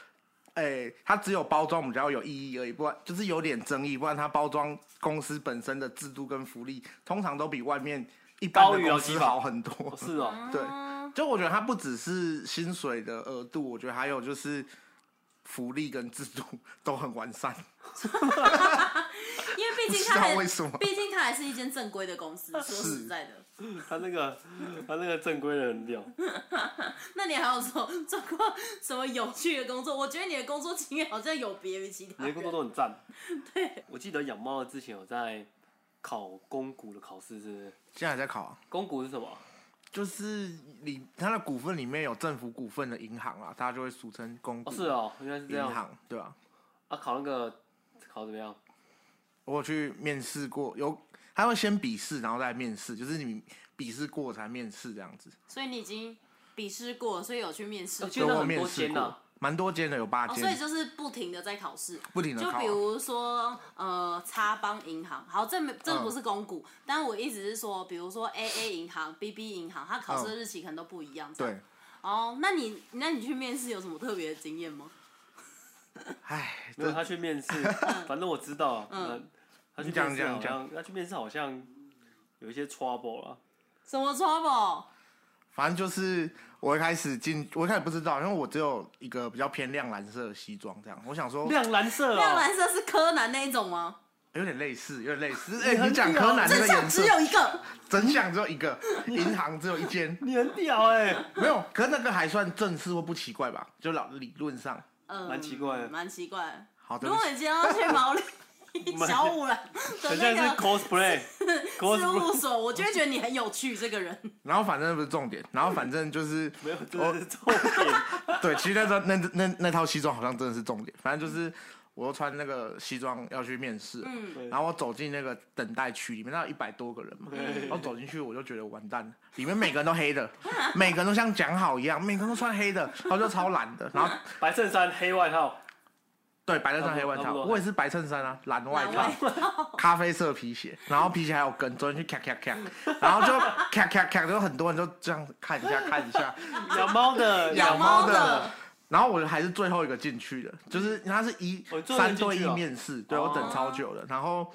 Speaker 2: 诶、它只有包装比较有意义而已，不然就是有点争议。不然它包装公司本身的制度跟福利，通常都比外面一般
Speaker 1: 高
Speaker 2: 的
Speaker 1: 于劳
Speaker 2: 公
Speaker 1: 基
Speaker 2: 司
Speaker 1: 法
Speaker 2: 好很多
Speaker 1: 哦。是哦，
Speaker 2: 对
Speaker 3: 嗯
Speaker 2: 就我觉得它不只是薪水的额度，我觉得还有就是福利跟制度都很完善。
Speaker 3: 因为毕
Speaker 2: 不
Speaker 3: 竟
Speaker 2: 知
Speaker 3: 他
Speaker 2: 道
Speaker 3: 还
Speaker 2: 为什么，
Speaker 3: 毕竟它还是一间正规的公司。说实在的，
Speaker 1: 他那个他那个正规的 很屌，
Speaker 3: 那你还有说做过什么有趣的工作？我觉得你的工作经验好像有别于其他
Speaker 1: 你的
Speaker 3: 人。
Speaker 1: 工作都很赞。对， 我记得养猫之前有在考公股的考试，是不是？
Speaker 2: 现在还在考、啊。
Speaker 1: 公股是什么？
Speaker 2: 就是你它的股份里面有政府股份的银行啊，它就会俗称公股
Speaker 1: 哦，是哦，原来是这
Speaker 2: 银
Speaker 1: 样。
Speaker 2: 行，对吧、
Speaker 1: 啊，考那个考怎么样？
Speaker 2: 我有去面试过，有他会先笔试，然后再面试，就是你笔试过才面试这样子。
Speaker 3: 所以你已经笔试过，所以有去面试
Speaker 1: 哦
Speaker 3: 过。
Speaker 1: 其实那
Speaker 2: 我
Speaker 1: 很多
Speaker 2: 面试
Speaker 1: 间
Speaker 2: 过
Speaker 1: 啊，
Speaker 2: 蛮多间的，有八
Speaker 3: 哦，所以
Speaker 2: 间，
Speaker 3: 就是不停的在考试。
Speaker 2: 不停的
Speaker 3: 就
Speaker 2: 考
Speaker 3: 比
Speaker 2: 啊。
Speaker 3: 如说，呃，插邦银行，好，这没这
Speaker 1: 嗯
Speaker 3: 不是公股，但我一直是说，比如说 A A 银行、B B 银行，它考
Speaker 1: 嗯
Speaker 3: 试的日期可能都不一样。这样。
Speaker 2: 对，
Speaker 3: 哦，那你那你去面试有什么特别的经验吗？
Speaker 2: 唉，
Speaker 1: 没有，
Speaker 2: 这
Speaker 1: 他去 面试，反正我知道，嗯，他去
Speaker 2: 你讲
Speaker 1: 面试好
Speaker 2: 讲讲
Speaker 1: 像，他去面试好像有一些 trouble 了。
Speaker 3: 什么 trouble？
Speaker 2: 反正就是我一开始进，我一开始不知道，因为我只有一个比较偏亮蓝色的西装这样，我想说
Speaker 1: 亮蓝色
Speaker 3: 亮
Speaker 1: 哦，
Speaker 3: 蓝色是柯南那一种吗？
Speaker 2: 有点类似，有点类似。哎、
Speaker 1: 很哦
Speaker 2: 你讲
Speaker 1: 屌
Speaker 2: 柯南这
Speaker 3: 真
Speaker 2: 个
Speaker 3: 相
Speaker 2: 颜
Speaker 3: 只
Speaker 2: 色，
Speaker 3: 有一个，
Speaker 2: 真相只有一个，银行只有一间。
Speaker 1: 你很屌 哎，
Speaker 2: 没有，可是那个还算正式或不奇怪吧？就老理论上，
Speaker 3: 嗯，
Speaker 1: 蛮奇怪的
Speaker 3: 蛮奇怪。
Speaker 2: 好的
Speaker 3: 如。果你今天要去毛利小五郎的
Speaker 1: 很像
Speaker 3: 那
Speaker 1: 是
Speaker 3: 个 事
Speaker 1: cosplay，cosplay
Speaker 3: 务所，我就会觉得你很有趣这个人。
Speaker 2: 然后反正不是重点，然后反 正就是
Speaker 1: 没有，这是重点。
Speaker 2: 对，其实那套那那那套西装好像真的是重点。反正就是我又穿那个西装要去面试，
Speaker 3: 嗯
Speaker 1: 对
Speaker 2: 然后我走进那个等待区里面，那有一百多个人嘛，
Speaker 1: 对
Speaker 2: 然后走进去我就觉得完蛋了，里面每个人都 黑的，每个人都像讲好一样，每个人都穿黑的，然后就超懒的，然后
Speaker 1: 白衬衫、黑外套，
Speaker 2: 对白衬衫黑外
Speaker 1: 差不
Speaker 2: 套，
Speaker 1: 多
Speaker 2: 我也是白衬衫啊，蓝 外
Speaker 3: 蓝
Speaker 2: 套
Speaker 3: 外，
Speaker 2: 咖啡色皮鞋，然后皮鞋还有跟，昨天去咔咔咔，然后就咔咔咔，就很多人就这样看一下看一下，
Speaker 1: 养猫 的，
Speaker 2: 养
Speaker 3: 猫
Speaker 2: 猫
Speaker 3: 的
Speaker 2: 的，然后我还是最后一个进去的，就是他是一、
Speaker 1: 哦你最后一个
Speaker 2: 三
Speaker 1: 进
Speaker 2: 对
Speaker 1: 去
Speaker 2: 一
Speaker 1: 哦
Speaker 2: 面试，对我等超久了，然后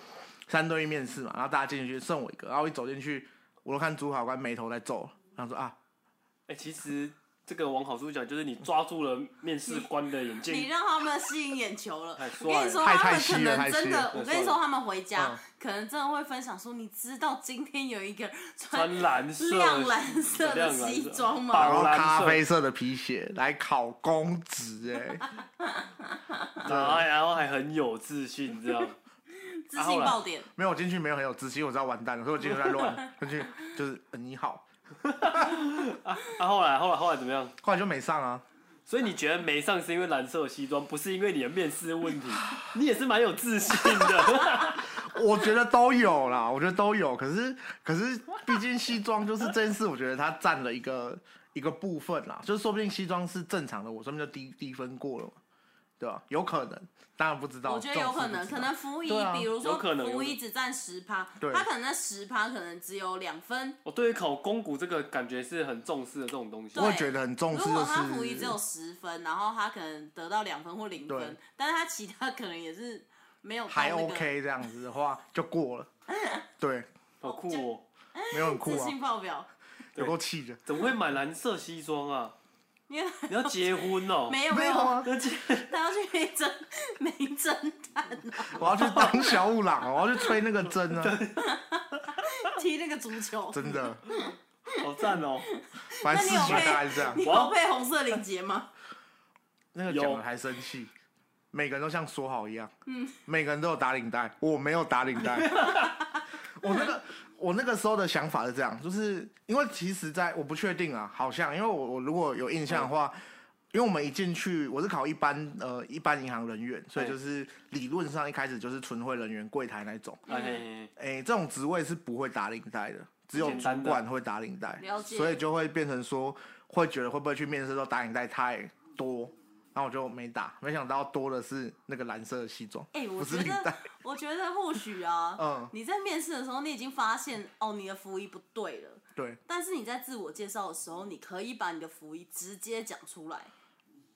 Speaker 2: 三对一面试嘛，然后大家进去剩我一个，然后我一走进去，我都看朱考官眉头在皱，然后说啊，
Speaker 1: 哎，其实这个往好处讲，就是你抓住了面试官的眼
Speaker 3: 你
Speaker 1: 睛，
Speaker 3: 让他们吸引眼球了。
Speaker 1: 太
Speaker 3: 我跟
Speaker 1: 帅
Speaker 3: 你说，
Speaker 1: 了。
Speaker 2: 太
Speaker 3: 他
Speaker 2: 太
Speaker 3: 们
Speaker 2: 虚
Speaker 3: 可
Speaker 2: 了
Speaker 3: 能
Speaker 2: 太
Speaker 3: 真
Speaker 2: 虚
Speaker 3: 的
Speaker 2: 了，
Speaker 3: 我
Speaker 1: 太
Speaker 3: 跟你
Speaker 1: 帅
Speaker 3: 说，
Speaker 1: 了
Speaker 3: 他们回家
Speaker 1: 嗯
Speaker 3: 可能真的会分享说，你知道今天有一个穿
Speaker 1: 穿蓝色，
Speaker 3: 亮蓝色的
Speaker 1: 亮蓝
Speaker 3: 西
Speaker 1: 色
Speaker 3: 装
Speaker 2: 然
Speaker 1: 棒
Speaker 3: 吗？
Speaker 2: 后
Speaker 1: 啊蓝色
Speaker 2: 咖啡色的皮鞋来考公职、哎，
Speaker 1: 然后然后还很有自 信，这样
Speaker 3: 自
Speaker 1: 啊
Speaker 3: 信
Speaker 1: 后来
Speaker 3: 爆点，
Speaker 2: 没有我进去没有很有自信，我知道完蛋了，所以我进去在乱，进去就是、呃你好，
Speaker 1: 啊，后来后来后来怎么样？
Speaker 2: 后来就没上啊。
Speaker 1: 所以你觉得没上是因为蓝色的西装，不是因为你的面试问 题，你也是蛮有自信的。
Speaker 2: 我觉得都有啦， 我觉得都有。可是，可是，毕竟西装就是这件事，我觉得它占了一个一个部分啦。就是说不定西装是正常的，我说不定就低低分过了嘛，对吧？有可能，当然不知道。
Speaker 3: 我觉得有可能，可
Speaker 2: 这种事不知道
Speaker 3: 能服役
Speaker 2: 对啊，
Speaker 3: 比如说
Speaker 1: 有可能有
Speaker 3: 服
Speaker 1: 可
Speaker 3: 役
Speaker 1: 能
Speaker 3: 只占十趴，
Speaker 2: 对
Speaker 3: 他可能那十趴可能只有两分。
Speaker 1: 我对于考公股这个感觉是很重视的这种东西
Speaker 3: 对。
Speaker 2: 我也觉得很重视，
Speaker 3: 如
Speaker 2: 就
Speaker 3: 果他服役只有
Speaker 2: 是
Speaker 3: 十分，然后他可能得到两分或零分
Speaker 2: 对，
Speaker 3: 但是他其他可能也是没有到
Speaker 2: 还
Speaker 3: 那个
Speaker 2: OK 这样子的话就 过了。对，
Speaker 1: 好酷哦！
Speaker 2: 没有很酷
Speaker 3: 自
Speaker 2: 啊，
Speaker 3: 信爆表，
Speaker 2: 有够气的。
Speaker 1: 怎么会买蓝色西装啊？
Speaker 3: 因 为
Speaker 1: 你要结婚哦？
Speaker 3: 没有
Speaker 2: 没有啊，
Speaker 1: 要结
Speaker 3: 他要去名侦名侦探
Speaker 2: 我要去当小五郎，我要去吹那个 针啊，
Speaker 3: 踢那个足球。
Speaker 2: 真的。
Speaker 1: 好赞哦！
Speaker 2: 反正事
Speaker 3: 那你
Speaker 2: 情
Speaker 3: 有配
Speaker 2: 大概是这样
Speaker 3: 你。有配红色领结 吗？
Speaker 2: 那个
Speaker 1: 有
Speaker 2: 讲了还生气，每个人都像说好一样，每个人都有打领带，我没有打 领带。我那个我那个时候的想法是这样，就是因为其实在我不确定啊，好像因为我我如果有印象的话，因为我们一进去我是考一般呃一般银行人员，所以
Speaker 1: 对
Speaker 2: 就是理论上一开始就是纯会人员柜台那种，
Speaker 1: 哎，嘿
Speaker 2: 哎、这种职位是不会打领带的，只有
Speaker 1: 简
Speaker 2: 主
Speaker 1: 单的
Speaker 2: 管会打领带
Speaker 3: 了，解
Speaker 2: 所以就会变成说，会觉得会不会去面试都打领带太多，然后我就没打，没想到多的是那个蓝色的西装，
Speaker 3: 哎、我
Speaker 2: 不
Speaker 3: 觉
Speaker 2: 是领带
Speaker 3: 得，，我觉得或许啊，
Speaker 2: 嗯
Speaker 3: 你在面试的时候，你已经发现哦，你的服仪不对了。
Speaker 2: 对
Speaker 3: 但是你在自我介绍的时候，你可以把你的服仪直接讲出来，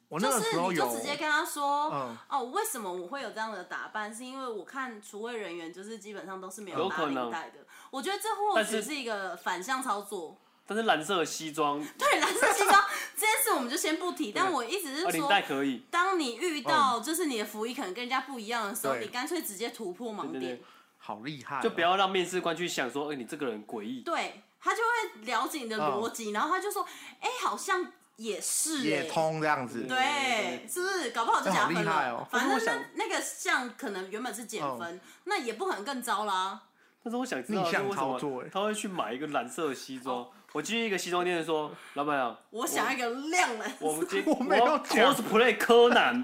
Speaker 2: 我哦那
Speaker 3: 就
Speaker 2: 个
Speaker 3: 是
Speaker 2: 时候
Speaker 3: 你就
Speaker 2: 有
Speaker 3: 直接跟他说，
Speaker 2: 嗯
Speaker 3: 哦，为什么我会有这样的打扮？是因为我看厨卫人员就是基本上都是没
Speaker 1: 有
Speaker 3: 打
Speaker 1: 可能
Speaker 3: 领带的。我觉得这或
Speaker 1: 但
Speaker 3: 许
Speaker 1: 是
Speaker 3: 是一个反向操作。
Speaker 1: 但是蓝色的西装，
Speaker 3: 对，蓝色西装这件事我们就先不提，但我一直
Speaker 1: 啊，
Speaker 3: 是
Speaker 1: 领
Speaker 3: 说，
Speaker 1: 带可以。
Speaker 3: 当你遇
Speaker 2: 嗯
Speaker 3: 到就是你的服仪可能跟人家不一样的时候，
Speaker 2: 对
Speaker 3: 你干脆直接突破盲
Speaker 1: 对对
Speaker 3: 点
Speaker 1: 对。
Speaker 2: 好厉害哦、
Speaker 1: 就不要让面试官去想说，哎、你这个人诡异。
Speaker 3: 对他就会了解
Speaker 2: 嗯
Speaker 3: 你的逻辑，然后他就说：“哎、好像也是、欸，
Speaker 2: 也。通这样子，”
Speaker 3: 对，是不是？搞不好就加分
Speaker 2: 这好厉害
Speaker 3: 了。
Speaker 2: 哦
Speaker 3: 反
Speaker 1: 可
Speaker 3: 正
Speaker 1: 是我
Speaker 3: 那
Speaker 1: 想哦
Speaker 3: 那个项可能原本是减分，那也不可能更糟啦。
Speaker 1: 但是我想知道
Speaker 2: 逆
Speaker 1: 是
Speaker 2: 向
Speaker 1: 为什
Speaker 2: 操
Speaker 1: 么
Speaker 2: 作哎
Speaker 1: 他会去买一个蓝色的西装。我进去一个西装店说，老板啊娘，
Speaker 3: 哦我想要一个亮蓝色
Speaker 1: 我们今
Speaker 2: 我没有
Speaker 1: 要
Speaker 2: 讲
Speaker 1: cosplay 柯南，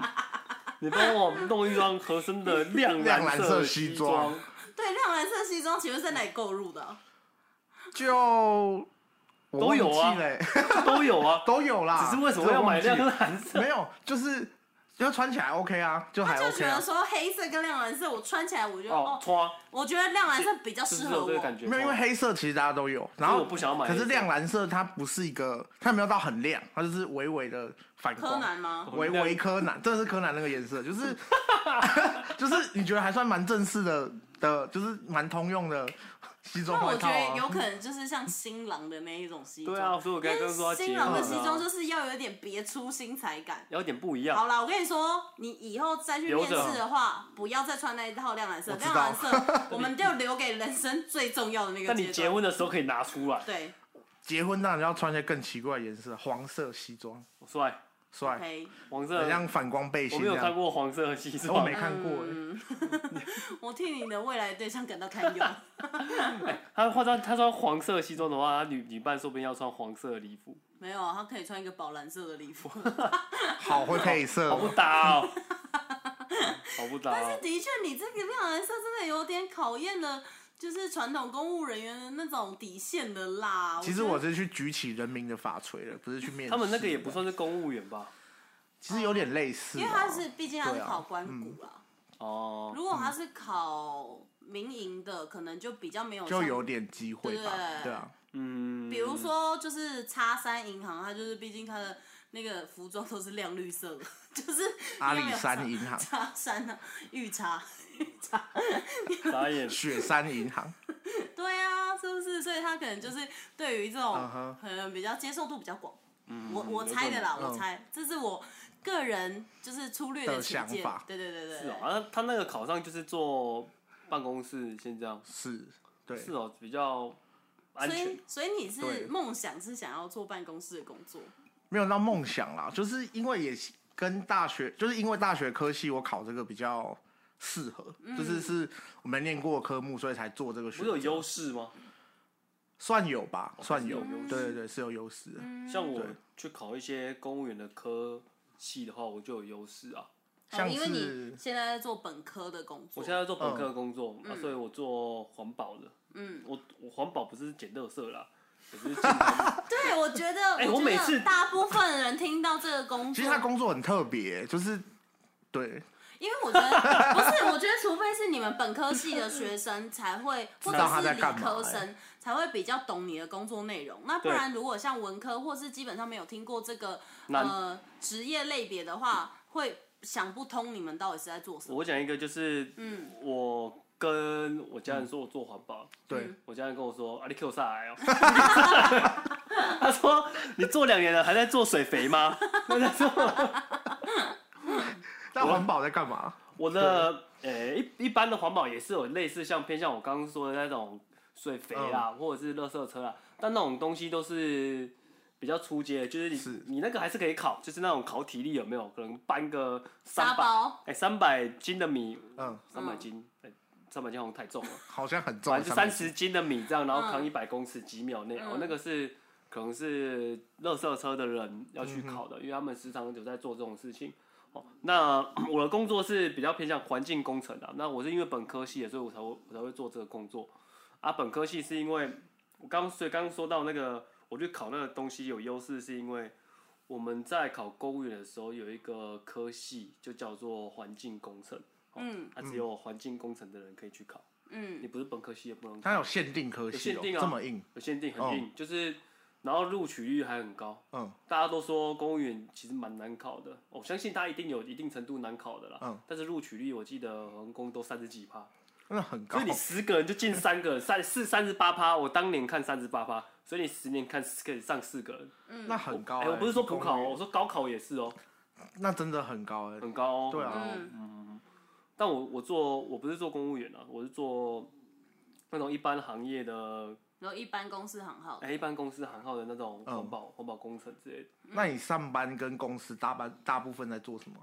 Speaker 1: 你帮我弄一双合身的亮
Speaker 2: 亮蓝色
Speaker 1: 色
Speaker 2: 西
Speaker 1: 西
Speaker 2: 装
Speaker 3: 对，亮蓝色西装，请问在哪里购入的啊？
Speaker 2: 就我
Speaker 1: 都有啊
Speaker 2: 忘记了欸
Speaker 1: 装都有啊。
Speaker 2: 都有啦，
Speaker 1: 只是为什么要买
Speaker 2: 这
Speaker 1: 亮
Speaker 2: 个忘
Speaker 1: 蓝
Speaker 2: 记
Speaker 1: 色？
Speaker 2: 了？没有，就是就穿起来 OK 啊，就还
Speaker 3: 他就
Speaker 2: OK
Speaker 3: 觉
Speaker 2: 啊
Speaker 3: 得。说黑色跟亮蓝色，我穿起来我觉得
Speaker 1: 哎哦
Speaker 3: 哦，
Speaker 1: 穿
Speaker 3: 我觉得亮蓝色比较
Speaker 1: 是
Speaker 3: 适
Speaker 1: 不是
Speaker 3: 合
Speaker 1: 有这个
Speaker 3: 我
Speaker 1: 感。觉？
Speaker 2: 没有，因为
Speaker 1: 穿
Speaker 2: 黑色其实大家都有，然后
Speaker 1: 我不想买
Speaker 2: 可
Speaker 1: 黑色
Speaker 2: 是亮蓝色它不是一个，它没有到很亮，它就是微微的反光。
Speaker 3: 柯南
Speaker 1: 哦
Speaker 3: 吗？
Speaker 2: 微微柯 南，真的是柯南那个颜色，就是就是你觉得还算蛮正式的的，就是蛮通用 的西装
Speaker 3: 那
Speaker 2: 外
Speaker 3: 我
Speaker 2: 套、
Speaker 3: 觉
Speaker 2: 啊。
Speaker 3: 得有可能就是像新郎的那一种西装。
Speaker 1: 对啊，所以我刚才
Speaker 3: 但
Speaker 1: 刚
Speaker 3: 是
Speaker 1: 说他
Speaker 3: 新郎的
Speaker 1: 结
Speaker 3: 西
Speaker 1: 婚啊
Speaker 3: 装就是要有点别出心裁感。
Speaker 1: 有点不一样。
Speaker 3: 好啦，我跟你说，你以后再去面
Speaker 1: 留着
Speaker 3: 试的话，不要再穿那一套亮蓝色，
Speaker 2: 我知
Speaker 3: 亮
Speaker 2: 道
Speaker 3: 蓝 色我们就留给人生最重要的那个阶
Speaker 1: 但
Speaker 3: 段。
Speaker 1: 你结婚的时候可以拿出来，
Speaker 3: 对
Speaker 2: 结婚当然要穿一些更奇怪的颜色，黄色西装
Speaker 1: 帅，
Speaker 2: 帅，
Speaker 3: ，OK，
Speaker 1: 黄色
Speaker 2: 很。像反光背
Speaker 1: 我
Speaker 2: 心
Speaker 1: 没
Speaker 2: 这
Speaker 1: 有看
Speaker 2: 样。
Speaker 1: 过黄色的西
Speaker 2: 我
Speaker 1: 装，
Speaker 2: 没看过、欸，
Speaker 3: 嗯，我替你的未来对象感到堪忧。
Speaker 1: 他化妆，他穿黄色西装的话，他女女伴说不定要穿黄色的礼服，
Speaker 3: 没有，啊他可以穿一个宝蓝色的礼 服。
Speaker 2: 好会配色
Speaker 1: 好
Speaker 2: 哦，
Speaker 1: 不搭 哦，好不搭哦。
Speaker 3: 的确，你这个亮蓝色真的有点考验了，就是传统公务人员的那种底线的啦。
Speaker 2: 其实
Speaker 3: 觉得
Speaker 2: 我是去举起人民的法锤了，不是去面试。
Speaker 1: 他们那个也不，算是公务员吧？
Speaker 2: 其实有点类似、啊。
Speaker 3: 因为他是，毕竟他是
Speaker 2: 对啊嗯
Speaker 3: 考官股啦。
Speaker 1: 哦，
Speaker 3: 如果他是考民营的，可能就比较没有像
Speaker 2: 就有。点机会吧，
Speaker 3: 对
Speaker 2: 对啊，
Speaker 1: 嗯，
Speaker 3: 比如说，就是叉三银行，它就是毕竟它的那个服装都是亮绿色的， 就是
Speaker 2: 阿里山银 行、
Speaker 3: 叉 三啊，玉叉。
Speaker 1: 眨 眼，
Speaker 2: 雪山银行，
Speaker 3: 对啊，是不是？所以他可能就是对于这种
Speaker 2: 嗯哼
Speaker 3: 可能比较接受度比较广。我我
Speaker 1: 有
Speaker 3: 猜
Speaker 1: 可
Speaker 3: 的
Speaker 1: 能
Speaker 3: 啦，
Speaker 2: 嗯
Speaker 3: 我猜，这是我个人就是粗略
Speaker 2: 的
Speaker 3: 浅
Speaker 2: 想
Speaker 3: 见
Speaker 2: 法。
Speaker 3: 对对对对，
Speaker 1: 是
Speaker 3: 对
Speaker 1: 哦，啊，他那个考上就是做办公室先这样，
Speaker 2: 是，对，
Speaker 1: 是哦，比较安
Speaker 3: 所
Speaker 1: 全
Speaker 3: 以，所以你是
Speaker 2: 对
Speaker 3: 梦想是想要做办公室的工作，
Speaker 2: 没有到梦想啦，就是因为也跟大学，就是因为大学科系我考这个比较适合，就是是我没念过科目，所以才做这个
Speaker 1: 不
Speaker 2: 选
Speaker 1: 是嗯有
Speaker 2: 择。
Speaker 1: 优势吗？
Speaker 2: 算有吧，算有
Speaker 1: 还是有优，势嗯
Speaker 2: 对对对，是有优势的。
Speaker 1: 像我
Speaker 2: 对
Speaker 1: 去考一些公务员的科系的话，我就有优势啊。
Speaker 3: 哦，
Speaker 2: 像
Speaker 3: 因为
Speaker 2: 是
Speaker 3: 你现在在做本科的工作，
Speaker 1: 我现在在做本科的工作、啊，所以我做环保的。
Speaker 3: 嗯，
Speaker 1: 我我环保不是捡垃圾啦，我只是捡
Speaker 3: 对我觉 得，
Speaker 1: 哎
Speaker 3: 我
Speaker 1: 我每
Speaker 3: 觉得
Speaker 1: 次
Speaker 3: 大部分人听到这个工
Speaker 2: 其
Speaker 3: 作
Speaker 2: 实，他工作很特别，就是对，
Speaker 3: 因为我觉得不是，我觉得除非是你们本科系的学生才会，或者
Speaker 2: 知道他
Speaker 3: 是
Speaker 2: 在
Speaker 3: 理
Speaker 2: 干嘛
Speaker 3: 科生才会比较懂你的工作内容。那不
Speaker 1: 对
Speaker 3: 然，如果像文科或是基本上没有听过这个
Speaker 1: 难
Speaker 3: 呃职业类别的话，会想不通你们到底是在做什么。
Speaker 1: 我讲一个，就是
Speaker 3: 嗯，
Speaker 1: 我跟我家人说我做环保，
Speaker 2: 对
Speaker 3: 嗯，
Speaker 1: 我家人跟我说啊，你 Q 啥来哦？ 他说你做两年了，还在做水肥吗？
Speaker 2: 但环保在干嘛？
Speaker 1: 我的呃、一一般的环保也是有类似像偏向我刚刚说的那种水肥啦，或者是垃圾车啦，啊但那种东西都是比较初阶的，就是你
Speaker 2: 是
Speaker 1: 你那个还是可以考，就是那种考体力有没有？可能搬个
Speaker 3: 沙
Speaker 1: 三百
Speaker 3: 包，
Speaker 1: 哎三百斤的米，
Speaker 2: 嗯，
Speaker 1: 三百斤，哎三百斤好像太重了，
Speaker 2: 好像很重
Speaker 1: 反，正就三
Speaker 2: 上面
Speaker 1: 十斤的米这样，然后扛
Speaker 3: 嗯
Speaker 1: 一百公尺几秒内，
Speaker 3: 嗯
Speaker 1: 哦那个是。可能是垃圾车的人要去考
Speaker 3: 嗯
Speaker 1: 的，因为他们时常有在做这种事情。哦，那 我的工作是比较偏向环境工程的、啊那我是因为本科系的，所以我才会我才会做这个工作。啊，本科系是因为我刚所以刚刚说到那个，我去考那个东西有优势，是因为我们在考公务员的时候有一个科系就叫做环境工程。哦、
Speaker 3: 嗯，
Speaker 1: 啊，只有环境工程的人可以去考，
Speaker 3: 嗯，
Speaker 1: 你不是本科系也不能考，
Speaker 2: 它有限定科系、
Speaker 1: 有限
Speaker 2: 哦，
Speaker 1: 定啊
Speaker 2: 这么硬，
Speaker 1: 有限定
Speaker 2: 哦
Speaker 1: 很硬，就是然后录取率还很高。
Speaker 2: 嗯，
Speaker 1: 大家都说公务员其实蛮难考的，我、相信他一定有一定程度难考的啦。
Speaker 2: 嗯
Speaker 1: 但是录取率我记得航空都三十几趴，
Speaker 2: 那很高
Speaker 1: 所以。你十个人就进三个人， 三四三十八趴，我当年看三十八趴，所以你十年看可以上四个人。
Speaker 2: 那很高、
Speaker 1: 哎、
Speaker 2: 欸
Speaker 1: 我不是说普考、哦，
Speaker 2: 公务
Speaker 1: 我
Speaker 2: 员
Speaker 1: 说高考也是哦，
Speaker 2: 那真的很高哎、
Speaker 1: 很高哦。
Speaker 2: 对啊
Speaker 1: 很高哦
Speaker 3: 嗯
Speaker 1: 嗯，但我我做我不是做公务员啊，我是做那种一般行业的，
Speaker 3: 然后一般公司行号
Speaker 1: 哎、一般公司行号的那种
Speaker 2: 嗯
Speaker 1: 环保环、保工程之类的。
Speaker 2: 那你上班跟公司大班大部分在做什么？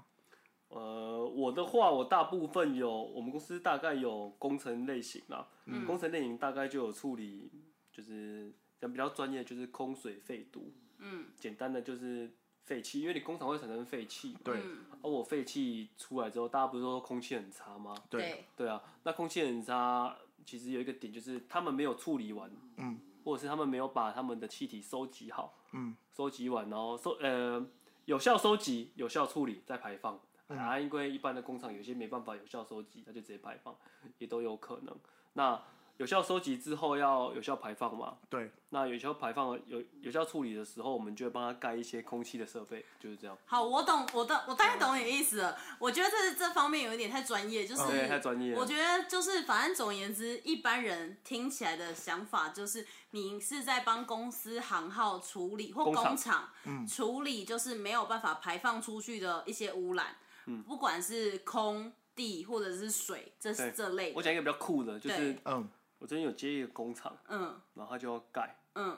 Speaker 1: 呃，我的话，我大部分有我们公司大概有工程类型啦，工程类型大概就有处理，就是讲比较专业，就是空水废毒，
Speaker 3: 嗯，
Speaker 1: 简单的就是废气，因为你工厂会产生废气嘛，
Speaker 2: 对
Speaker 3: 嗯
Speaker 1: 而、我废气出来之后，大家不是说空气很差吗？
Speaker 2: 对，
Speaker 3: 对，
Speaker 1: 对啊，那空气很差，其实有一个点就是他们没有处理完，
Speaker 2: 嗯，
Speaker 1: 或者是他们没有把他们的气体收集好，
Speaker 2: 嗯，
Speaker 1: 收集完然后收呃有效收集、有效处理再排放。
Speaker 2: 嗯
Speaker 1: 啊，因为一般的工厂有些没办法有效收集，那就直接排放，也都有可能。那有效收集之后要有效排放嘛？
Speaker 2: 对，
Speaker 1: 那有效排放有有效处理的时候，我们就会帮他盖一些空气的设备，就是这样。
Speaker 3: 好，我懂，我懂，我大概懂你的意思了。我觉得这这方面有一点太专业，就是、
Speaker 1: 哦对，太专业
Speaker 3: 我
Speaker 1: 了。
Speaker 3: 觉得就是，反正总而言之，一般人听起来的想法就是，你是在帮公司行号处理或
Speaker 1: 工厂嗯
Speaker 3: 工厂处理，就是没有办法排放出去的一些污染，
Speaker 1: 嗯
Speaker 3: 不管是空地或者是水，这是
Speaker 1: 对
Speaker 3: 这类的
Speaker 1: 我讲一个比较酷的，就是
Speaker 3: 对
Speaker 2: 嗯，
Speaker 1: 我最近有接一个工厂，
Speaker 3: 嗯
Speaker 1: 然后他就要盖，
Speaker 3: 嗯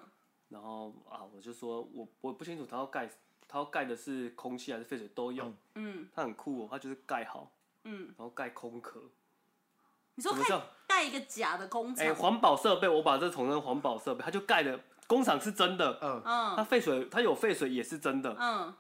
Speaker 1: 然后啊，我就说我我不清楚他要盖他要盖的是空气还是废水都有，
Speaker 2: 嗯
Speaker 3: 嗯
Speaker 1: 他很酷哦，他就是盖好，
Speaker 3: 嗯。
Speaker 1: 然后盖空壳，
Speaker 3: 你说
Speaker 1: 怎么叫
Speaker 3: 盖盖一个假的工
Speaker 1: 哎、
Speaker 3: 厂，
Speaker 1: 环保设备，我把这统称环保设备，他就盖了，工厂是真的，
Speaker 2: 嗯，
Speaker 1: 它
Speaker 3: 嗯
Speaker 1: 废水它有废水也是真的，
Speaker 3: 嗯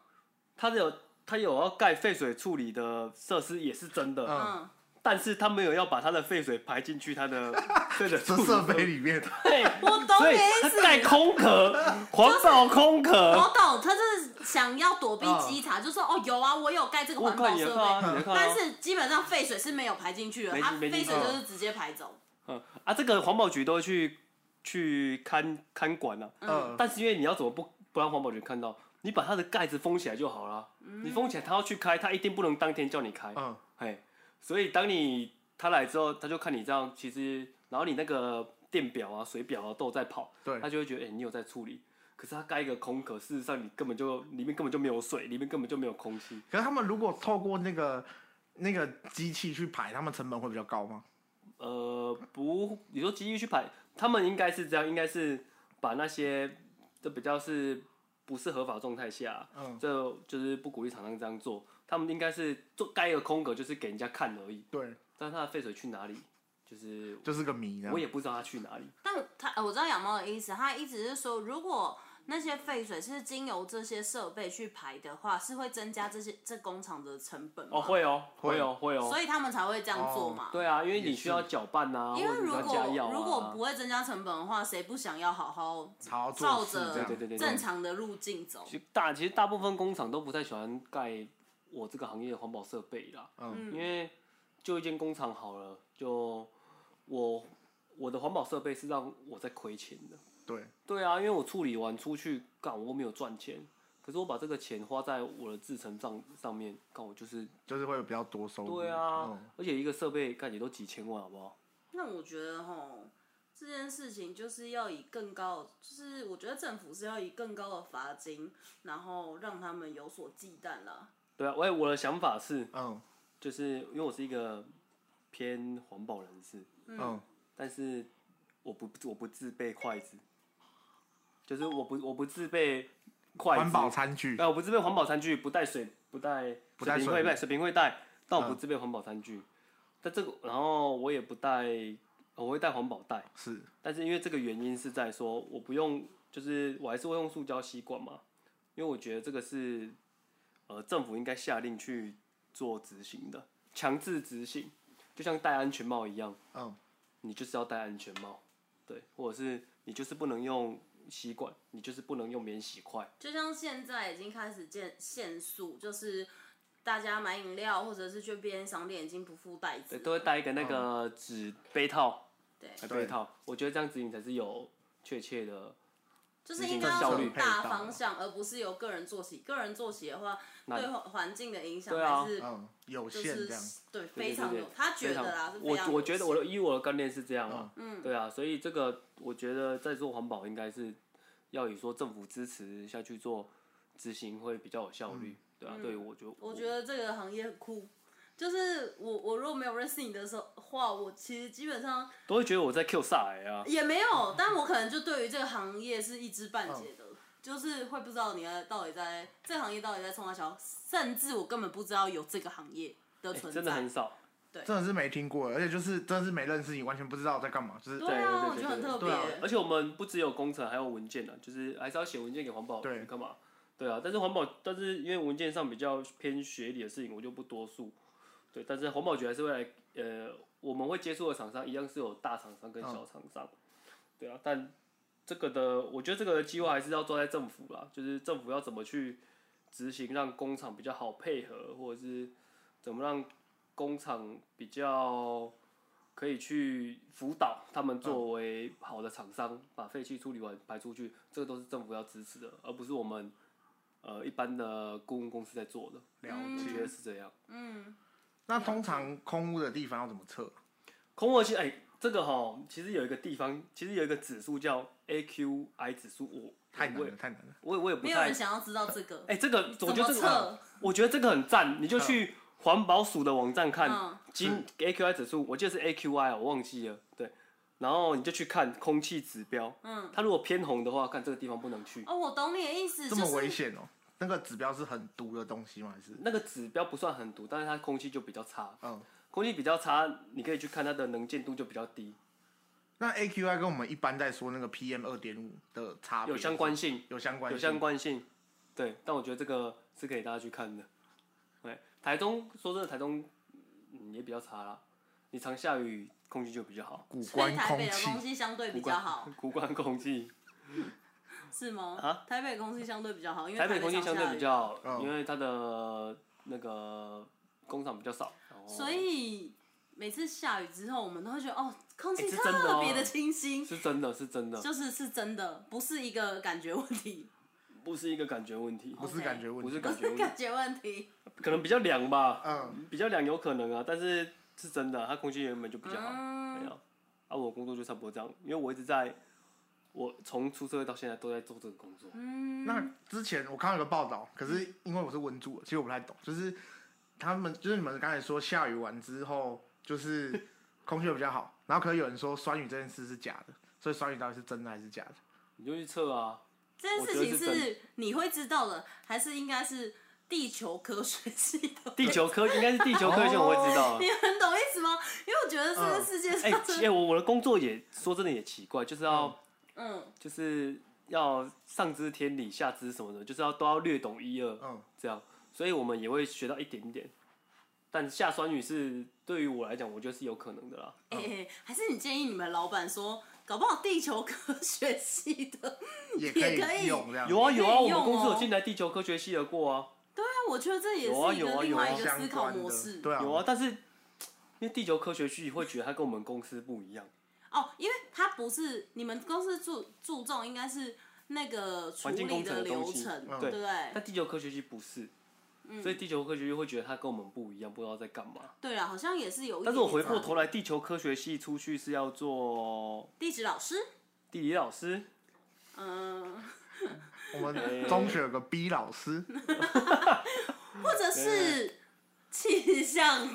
Speaker 1: 它有它有要盖废水处理的设施也是真的，
Speaker 2: 嗯
Speaker 3: 嗯，
Speaker 1: 但是他没有要把他的废水排进去他 的废水处
Speaker 2: 这
Speaker 1: 理
Speaker 2: 设备里面，
Speaker 1: 对，
Speaker 3: 我懂
Speaker 1: 所以
Speaker 3: 你的
Speaker 1: 他
Speaker 3: 意思。
Speaker 1: 盖空 壳，环保空
Speaker 3: 我
Speaker 1: 壳，
Speaker 3: 哦懂，他就是想要躲避稽查，就说哦有啊，我有盖这个
Speaker 1: 我
Speaker 3: 环
Speaker 1: 看
Speaker 3: 保
Speaker 1: 你的
Speaker 3: 设
Speaker 1: 看啊，
Speaker 3: 备，
Speaker 1: 你的看啊。
Speaker 3: 但是基本上废水是没有排进去的，
Speaker 1: 没
Speaker 3: 它
Speaker 1: 没
Speaker 3: 废
Speaker 1: 进
Speaker 3: 水
Speaker 1: 去
Speaker 3: 就是直接排走。
Speaker 1: 嗯啊，这个环保局都会去去看看管了、
Speaker 2: 嗯，
Speaker 1: 但是因为你要怎么不不让环保局看到，你把它的盖子封起来就好了。你封起来，他要去开，他一定不能当天叫你开。
Speaker 2: 嗯，
Speaker 1: 嘿，所以当你他来之后，他就看你这样，其实然后你那个电表啊、水表啊都有在跑，
Speaker 2: 对
Speaker 1: 他就会觉得哎、欸你有在处理。可是它盖一个空壳，事实上你根本就里面根本就没有水，里面根本就没有空气。
Speaker 2: 可是他们如果透过那个那个机器去排，他们成本会比较高吗？
Speaker 1: 呃，不，你说机遇去排，他们应该是这样，应该是把那些这比较是不是合法状态下，嗯，这就是不鼓励厂商这样做。他们应该是做盖一个空格，就是给人家看而已。
Speaker 2: 对，
Speaker 1: 但它的废水去哪里，就是
Speaker 2: 就是个谜的
Speaker 1: 我。也不知道它去哪里。
Speaker 3: 但他呃我知道养猫的意思，他一直是说，如果那些废水是经由这些设备去排的话，是会增加这些这工厂的成本吗
Speaker 1: 哦，，会哦，会哦，会哦。
Speaker 3: 所以他们才会这样做嘛。
Speaker 1: 对啊，因为你需要搅拌啊，或
Speaker 3: 因为
Speaker 1: 者你
Speaker 3: 如
Speaker 1: 要
Speaker 3: 果
Speaker 1: 加药啊。
Speaker 3: 如果不会增加成本的话，谁不想要好好
Speaker 2: 好好
Speaker 3: 照
Speaker 2: 做事这
Speaker 3: 着
Speaker 2: 样，
Speaker 1: 对对对
Speaker 3: 正常的路径走？
Speaker 1: 其实大其实大部分工厂都不太喜欢盖我这个行业的环保设备啦，
Speaker 2: 嗯
Speaker 1: 因为就一间工厂好了，就我我的环保设备是让我在亏钱的，
Speaker 2: 对
Speaker 1: 对啊，因为我处理完出去干，我又没有赚钱，可是我把这个钱花在我的制成上上面，干我就是
Speaker 2: 就是会有比较多收入。
Speaker 1: 对啊，
Speaker 2: 嗯
Speaker 1: 而且一个设备干也都几千万，好不好？
Speaker 3: 那我觉得吼，这件事情就是要以更高，就是我觉得政府是要以更高的罚金，然后让他们有所忌惮啦。
Speaker 1: 对啊，我我的想法是，
Speaker 2: 嗯
Speaker 1: 就是因为我是一个偏环保人士，
Speaker 2: 嗯，
Speaker 1: 但是我不我不自备筷子，就是我不我不自备筷子，
Speaker 2: 环保餐具
Speaker 1: 哎、，我不自备环保餐具，不带水，不带
Speaker 2: 不带
Speaker 1: 瓶
Speaker 2: 水
Speaker 1: 会
Speaker 2: 瓶
Speaker 1: 带水瓶会带，但我不自备环保餐具。但这个，然后我也不带，我会带环保袋，
Speaker 2: 是
Speaker 1: 但是因为这个原因是在说我不用，就是呃我还是会用塑胶吸管嘛，因为我觉得这个是呃政府应该下令去做执行的，强制执行，就像戴安全帽一样。
Speaker 2: 嗯，
Speaker 1: 你就是要戴安全帽，对，或者是你就是不能用吸管，你就是不能用免洗筷，
Speaker 3: 就像现在已经开始限限速，就是大家买饮料或者是去便利商店已经不附袋子
Speaker 1: 对，
Speaker 3: 了，
Speaker 1: 都会戴一个那个纸杯套，
Speaker 3: 对
Speaker 1: 哎
Speaker 2: 对
Speaker 1: 杯套，我觉得这样子你才是有确切的
Speaker 3: 就是应该要
Speaker 1: 效率
Speaker 3: 从
Speaker 2: 配到
Speaker 3: 大方向，而不是由个人做起。个人做起的话，
Speaker 1: 那
Speaker 3: 对环环境的影响
Speaker 1: 对啊
Speaker 3: 还是
Speaker 2: 嗯有
Speaker 3: 就
Speaker 2: 限
Speaker 3: 是
Speaker 2: 这样。
Speaker 3: 对
Speaker 1: 对
Speaker 3: 非常
Speaker 1: 对
Speaker 3: 有
Speaker 1: 对，
Speaker 3: 他觉得啦，是
Speaker 1: 非常
Speaker 3: 非常
Speaker 1: 我我觉得我
Speaker 3: 有
Speaker 1: 的以我的观念是这样啊，
Speaker 3: 嗯
Speaker 1: 对啊，所以这个我觉得在做环保应该是要以说政府支持下去做执行会比较有效率，对啊，对于我觉得
Speaker 3: 嗯我觉得这个行业很酷。就是我我如果没有认识你的时候话，我其实基本上
Speaker 1: 都会觉得我在 Q 煞癌啊，
Speaker 3: 也没有，但我可能就对于这个行业是一知半解的，
Speaker 1: 嗯
Speaker 3: 就是会不知道你在到底在这个行业到底在冲啥小，甚至我根本不知道有这个行业的存在。
Speaker 1: 哎真的很少，
Speaker 2: 真的是没听过，而且就是真的是没认识你，完全不知道在干嘛，就是
Speaker 3: 对啊，
Speaker 1: 对对对
Speaker 3: 我觉得很
Speaker 1: 对
Speaker 3: 特
Speaker 2: 对啊
Speaker 3: 别。
Speaker 1: 而且我们不只有工程，还有文件呢、啊就是还是要写文件给环保
Speaker 2: 对
Speaker 1: 局干嘛？对啊，但是环保，但是因为文件上比较偏学理的事情，我就不多述。对，但是环保局还是会来，呃，我们会接触的厂商一样是有大厂商跟小厂商，对啊，但这个的，我觉得这个计划还是要抓在政府啦，就是政府要怎么去执行，让工厂比较好配合，或者是怎么让工厂比较可以去辅导他
Speaker 2: 嗯
Speaker 1: 们作为好的厂商，把废气处理完排出去，这个都是政府要支持的，而不是我们呃一般的顾问公司在做的。
Speaker 2: 了
Speaker 1: 我
Speaker 2: 解。
Speaker 1: 觉得是这样。
Speaker 3: 嗯
Speaker 2: 那通常空屋的地方要怎么测？
Speaker 1: 空沃其实哎、这个哈，其实有一个地方，其实有一个指数叫 AQI 指数，我
Speaker 2: 太
Speaker 1: 我
Speaker 2: 难
Speaker 1: 也
Speaker 2: 了，太难了。
Speaker 1: 我也我也不
Speaker 3: 没有
Speaker 1: 太
Speaker 3: 人想要知道这个，
Speaker 1: 哎、这个
Speaker 3: 怎
Speaker 1: 我
Speaker 3: 么
Speaker 1: 觉得这个，
Speaker 3: 测？
Speaker 1: 我觉得这个很赞，你就
Speaker 2: 嗯
Speaker 1: 去环保署的网站看
Speaker 3: 嗯
Speaker 1: 今 AQI 指数，我记得是 AQI，哦我忘记了，对，然后你就去看空气指标，
Speaker 3: 嗯，
Speaker 1: 它如果偏红的话，看这个地方不能去，
Speaker 3: 哦，我懂你的意思，
Speaker 2: 这
Speaker 3: 就
Speaker 2: 么
Speaker 3: 是
Speaker 2: 危险哦、那个指标是很毒的东西吗？还是
Speaker 1: 那个指标不算很毒，但是它空气就比较差，
Speaker 2: 嗯？
Speaker 1: 空气比较差，你可以去看它的能见度就比较低，
Speaker 2: 那 AQI 跟我们一般在说那个 PM 二点五的差别
Speaker 1: 有相关，性。
Speaker 2: 有相关，
Speaker 1: 有相。关性。对，但我觉得这个是可以大家去看的。对，台中说真的，台中、嗯、也比较差啦。你常下雨，空气就比较好，
Speaker 2: 古
Speaker 3: 所
Speaker 2: 关
Speaker 3: 以台
Speaker 2: 空
Speaker 3: 北的
Speaker 2: 气
Speaker 3: 空气相对比较好，
Speaker 1: 古关空气，
Speaker 3: 是吗？
Speaker 1: 啊，
Speaker 3: 台北空气相对比较好，因为
Speaker 1: 台北
Speaker 3: 北
Speaker 1: 空气相对比较好，
Speaker 2: 嗯
Speaker 1: 因为它的那个工厂比较少，然后
Speaker 3: 常下雨，所以每次下雨之后，我们都会觉得哦，空气
Speaker 1: 哎是真的
Speaker 3: 特
Speaker 1: 哦
Speaker 3: 别的清新，
Speaker 1: 是真的是真的，
Speaker 3: 就是是真的，不是一个感觉问题，
Speaker 1: 不是一个感觉问题，
Speaker 2: 不是感觉问
Speaker 1: 不
Speaker 2: 题
Speaker 1: 是，
Speaker 3: 不
Speaker 1: 感觉
Speaker 3: 是
Speaker 1: 问题，
Speaker 3: 感觉问题。
Speaker 1: 可能比较凉吧，
Speaker 2: 嗯，
Speaker 1: 比较凉有可能啊，但是是真的，它空气原本就比较好。啊
Speaker 3: 嗯
Speaker 1: 没有，啊，我工作就差不多这样，因为我一直在，我从出社会到现在都在做这个工作。
Speaker 2: 那之前我看到有个报道，可是因为我是文著，其实我不太懂，就是他们就是你们刚才说下雨完之后就是 空气会比较好，然后可能有人说酸雨这件事是假的，所以酸雨到底是真的还是假的？
Speaker 1: 你就去测啊，
Speaker 3: 这件事情
Speaker 1: 我觉得是
Speaker 3: 是你会知道的，还是应该是地球科学系的？
Speaker 1: 地球科应该是地球科学，我会知道啊。
Speaker 3: 你们懂意思吗？因为我觉得这个
Speaker 2: 嗯
Speaker 3: 世界
Speaker 1: 哎、
Speaker 3: 上
Speaker 1: 其
Speaker 3: 真
Speaker 1: 哎
Speaker 3: 的，
Speaker 1: 我我的工作也说真的也奇怪，就是啊要、
Speaker 3: 嗯，
Speaker 1: 就是要上知天理，下知什么的，就是要都要略懂一二，
Speaker 2: 嗯，
Speaker 1: 这样，所以我们也会学到一点点。但下酸雨是对于我来讲，我觉得是有可能的啦。
Speaker 3: 哎、哎还是你建议你们老板说，搞不好地球科学系的，
Speaker 2: 也
Speaker 3: 可以
Speaker 2: 以用这样。
Speaker 1: 有啊
Speaker 3: 也
Speaker 1: 有啊，
Speaker 3: 可以
Speaker 1: 我们
Speaker 3: 用
Speaker 1: 公司有
Speaker 3: 哦
Speaker 1: 进来地球科学系的过啊，
Speaker 3: 那我觉得这也
Speaker 1: 有啊
Speaker 3: 是一
Speaker 1: 有
Speaker 3: 个
Speaker 1: 啊
Speaker 3: 另
Speaker 1: 有啊
Speaker 3: 外一个
Speaker 2: 相
Speaker 3: 思考
Speaker 2: 关的
Speaker 3: 模式。
Speaker 2: 对啊，
Speaker 1: 有啊，但是因为地球科学系会觉得它跟我们公司不一样，
Speaker 3: 哦，因为它不是你们公司注注重应该是那个处
Speaker 1: 环境
Speaker 3: 理
Speaker 1: 工程的东
Speaker 3: 流
Speaker 1: 西
Speaker 3: 程，
Speaker 1: 嗯
Speaker 3: 对不
Speaker 1: 对
Speaker 3: 对？
Speaker 1: 但地球科学系不是，
Speaker 3: 嗯
Speaker 1: 所以地球科学系会觉得它跟我们不一样，不知道在干嘛。
Speaker 3: 对啊，好像也是有一点点差别。
Speaker 1: 但是我回过头来，地球科学系出去是要做
Speaker 3: 地质老师，
Speaker 1: 地理老师，
Speaker 3: 嗯、
Speaker 2: 我们中学有个 B 老师，
Speaker 3: 或者是气象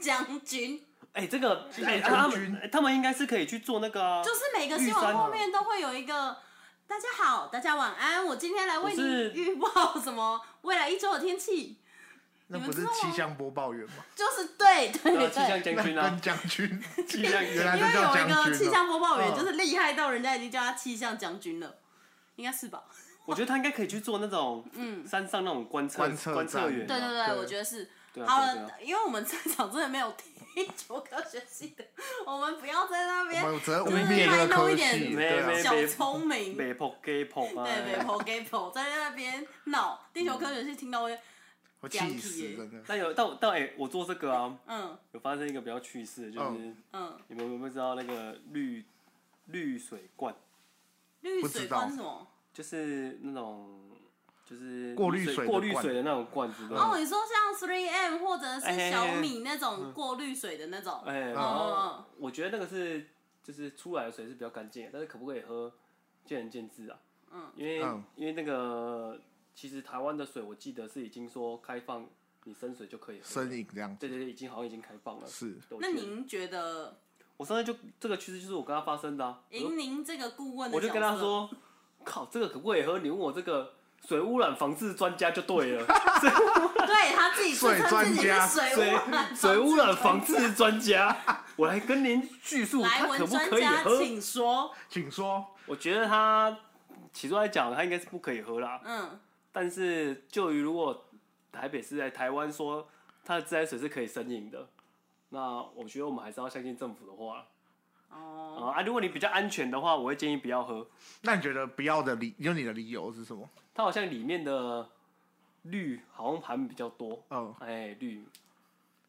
Speaker 3: 将军，
Speaker 1: 哎、这个哎、
Speaker 2: 象
Speaker 1: 他
Speaker 2: 将军
Speaker 1: 们、哎他们应该是可以去做那个、啊，
Speaker 3: 就是每个新
Speaker 1: 玉山
Speaker 3: 闻
Speaker 1: 啊
Speaker 3: 后面都会有一个。大家好，大家晚安。我今天来为
Speaker 1: 我
Speaker 3: 你
Speaker 1: 是
Speaker 3: 预报什么未来一周的天气，
Speaker 2: 那
Speaker 3: 们
Speaker 2: 不是
Speaker 3: 知道吗
Speaker 2: 气象播报员吗？
Speaker 3: 就是对对
Speaker 1: 对
Speaker 3: 对，
Speaker 1: 啊气象
Speaker 2: 那
Speaker 1: 将军啊
Speaker 2: 跟，将军，
Speaker 1: 气象啊
Speaker 2: 原来
Speaker 3: 因为
Speaker 2: 这
Speaker 3: 有
Speaker 2: 叫
Speaker 3: 一
Speaker 2: 将
Speaker 3: 个
Speaker 2: 军
Speaker 3: 气
Speaker 2: 哦
Speaker 3: 象播报员，
Speaker 2: 嗯
Speaker 3: 就是厉害到人家已经叫他气象将军了，应该是吧？
Speaker 1: 我觉得他应该可以去做那种，山上那种观测
Speaker 2: 观测
Speaker 1: 观测
Speaker 2: 站
Speaker 1: 员啊，
Speaker 3: 嗯对对对，
Speaker 2: 对
Speaker 3: 我觉得是。
Speaker 1: 对啊
Speaker 3: 好
Speaker 1: 对啊
Speaker 3: 了，因为我们这场真的没有地球科学系的，我们不要在那
Speaker 2: 我们
Speaker 3: 边
Speaker 2: 有责任
Speaker 3: 就是
Speaker 2: 污蔑这个
Speaker 3: 卖弄
Speaker 2: 科
Speaker 3: 一
Speaker 2: 系，
Speaker 3: 点
Speaker 2: 对
Speaker 1: 没没
Speaker 2: 啊，
Speaker 3: 小聪明，对，
Speaker 1: 北破 gay 破啊，
Speaker 3: 嗯北跑 gay 跑，在那边闹。地球科学系听到会，
Speaker 2: 我
Speaker 3: 讲
Speaker 2: 气
Speaker 3: 体
Speaker 2: 死
Speaker 3: 耶
Speaker 2: 真的。
Speaker 1: 但有但我但哎、我做这个啊，
Speaker 3: 嗯
Speaker 1: 有发生一个比较趣事的，就是、
Speaker 2: 嗯
Speaker 3: 嗯，
Speaker 1: 你们有没有知道那个滤滤水罐，
Speaker 3: 绿
Speaker 2: 不
Speaker 3: 水
Speaker 2: 知道
Speaker 3: 关什么？
Speaker 1: 就是那种就是
Speaker 2: 过滤水的
Speaker 1: 过滤
Speaker 2: 罐
Speaker 1: 水的那种罐子，对吧
Speaker 3: 哦，你说像 Three M 或者
Speaker 1: 哎嗯
Speaker 3: 是小米那种过滤水的那种，
Speaker 1: 哎、然
Speaker 3: 嗯
Speaker 1: 后我觉得那个是就是出来的水是比较干净的，但是可不可以喝，见仁见智啊。嗯，因为、
Speaker 2: 嗯
Speaker 1: 因为那个其实台湾的水，我记得是已经说开放你生水就可以喝了，
Speaker 2: 身影这样子
Speaker 1: 对对对，已经好像已经开放了。
Speaker 2: 是
Speaker 1: 对我
Speaker 3: 那
Speaker 1: 记得
Speaker 3: 您觉得，
Speaker 1: 我上次就这个趋势就是我跟他发生的、啊，我就
Speaker 3: 您您这个顾问的
Speaker 1: 我就跟
Speaker 3: 角
Speaker 1: 他
Speaker 3: 色
Speaker 1: 说，靠，这个可不可以喝？你问我这个水污染防治专家就对了，
Speaker 3: 对他自己自
Speaker 2: 水
Speaker 3: 称
Speaker 2: 专
Speaker 3: 自己
Speaker 2: 家
Speaker 3: 是 水
Speaker 1: 水
Speaker 3: 污染
Speaker 1: 水污染
Speaker 3: 防
Speaker 1: 防
Speaker 3: 治专家。
Speaker 1: 治专家，我来跟您叙述
Speaker 3: 来
Speaker 1: 他
Speaker 3: 文
Speaker 1: 可不
Speaker 3: 专
Speaker 1: 可以
Speaker 3: 家，
Speaker 1: 喝。
Speaker 3: 请说。
Speaker 2: 请说，
Speaker 1: 我觉得他起初来讲，他应该是不可以喝啦。
Speaker 3: 嗯，
Speaker 1: 但是就于如果台北市在台湾说它的自来水是可以生饮的，那我觉得我们还是要相信政府的话
Speaker 3: 哦，
Speaker 1: 啊啊！如果你比较安全的话，我会建议不要喝。
Speaker 2: 那你觉得不要的理，有你的理由是什么？
Speaker 1: 它好像里面的氯好像含比较多，
Speaker 2: 嗯，
Speaker 1: 哎，氯。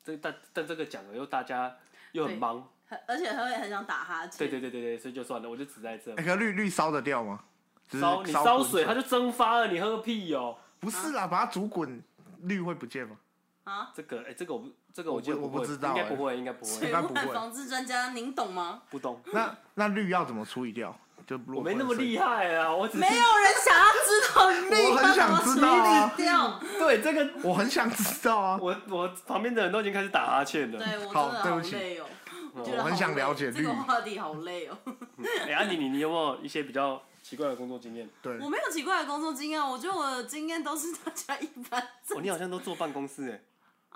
Speaker 1: 这但但这个讲了又大家又很
Speaker 3: 对
Speaker 1: 忙，
Speaker 3: 很而且他会很想打哈欠。
Speaker 1: 对对对对对，所以就算了，我就只在这
Speaker 2: 哎，。可是绿绿烧得掉吗？ 就是
Speaker 1: 烧你烧
Speaker 2: 滚
Speaker 1: 水，它就蒸发了，你喝个屁哦！
Speaker 2: 不是啦，把它煮滚，绿会不见吗？
Speaker 3: 啊，
Speaker 1: 这个哎，这个我不这个
Speaker 2: 我
Speaker 1: 我记得
Speaker 2: 不我
Speaker 1: 会
Speaker 2: 不知道
Speaker 1: 应该
Speaker 2: 哎
Speaker 1: 不会，应该不
Speaker 3: 水
Speaker 1: 会，
Speaker 2: 应该不
Speaker 3: 污
Speaker 2: 会
Speaker 3: 染防治专家，您懂 吗？
Speaker 1: 不懂。
Speaker 2: 那那绿要怎么处理掉？就
Speaker 1: 我
Speaker 2: 我
Speaker 1: 没那么厉害啊，我只是
Speaker 3: 没有人想要知道绿
Speaker 2: 我很想知道 啊
Speaker 3: 怎么处理掉。
Speaker 1: 对这个，
Speaker 2: 我很想知道啊，
Speaker 1: 我我旁边的人都已经开始打哈欠了。
Speaker 3: 对我真的
Speaker 2: 好对
Speaker 3: 好
Speaker 2: 不起
Speaker 3: 累哦，我觉得
Speaker 2: 我很
Speaker 3: 好
Speaker 2: 想
Speaker 3: 累
Speaker 2: 了解
Speaker 3: 这个
Speaker 2: 绿
Speaker 3: 话题，好累哦。
Speaker 1: 哎，安妮，你你有没有一些比较奇怪的工作经验？
Speaker 2: 对
Speaker 3: 我，没有奇怪的工作经验，我觉得我的经验都是大家一般。
Speaker 1: 哦，你好像都坐办公室哎。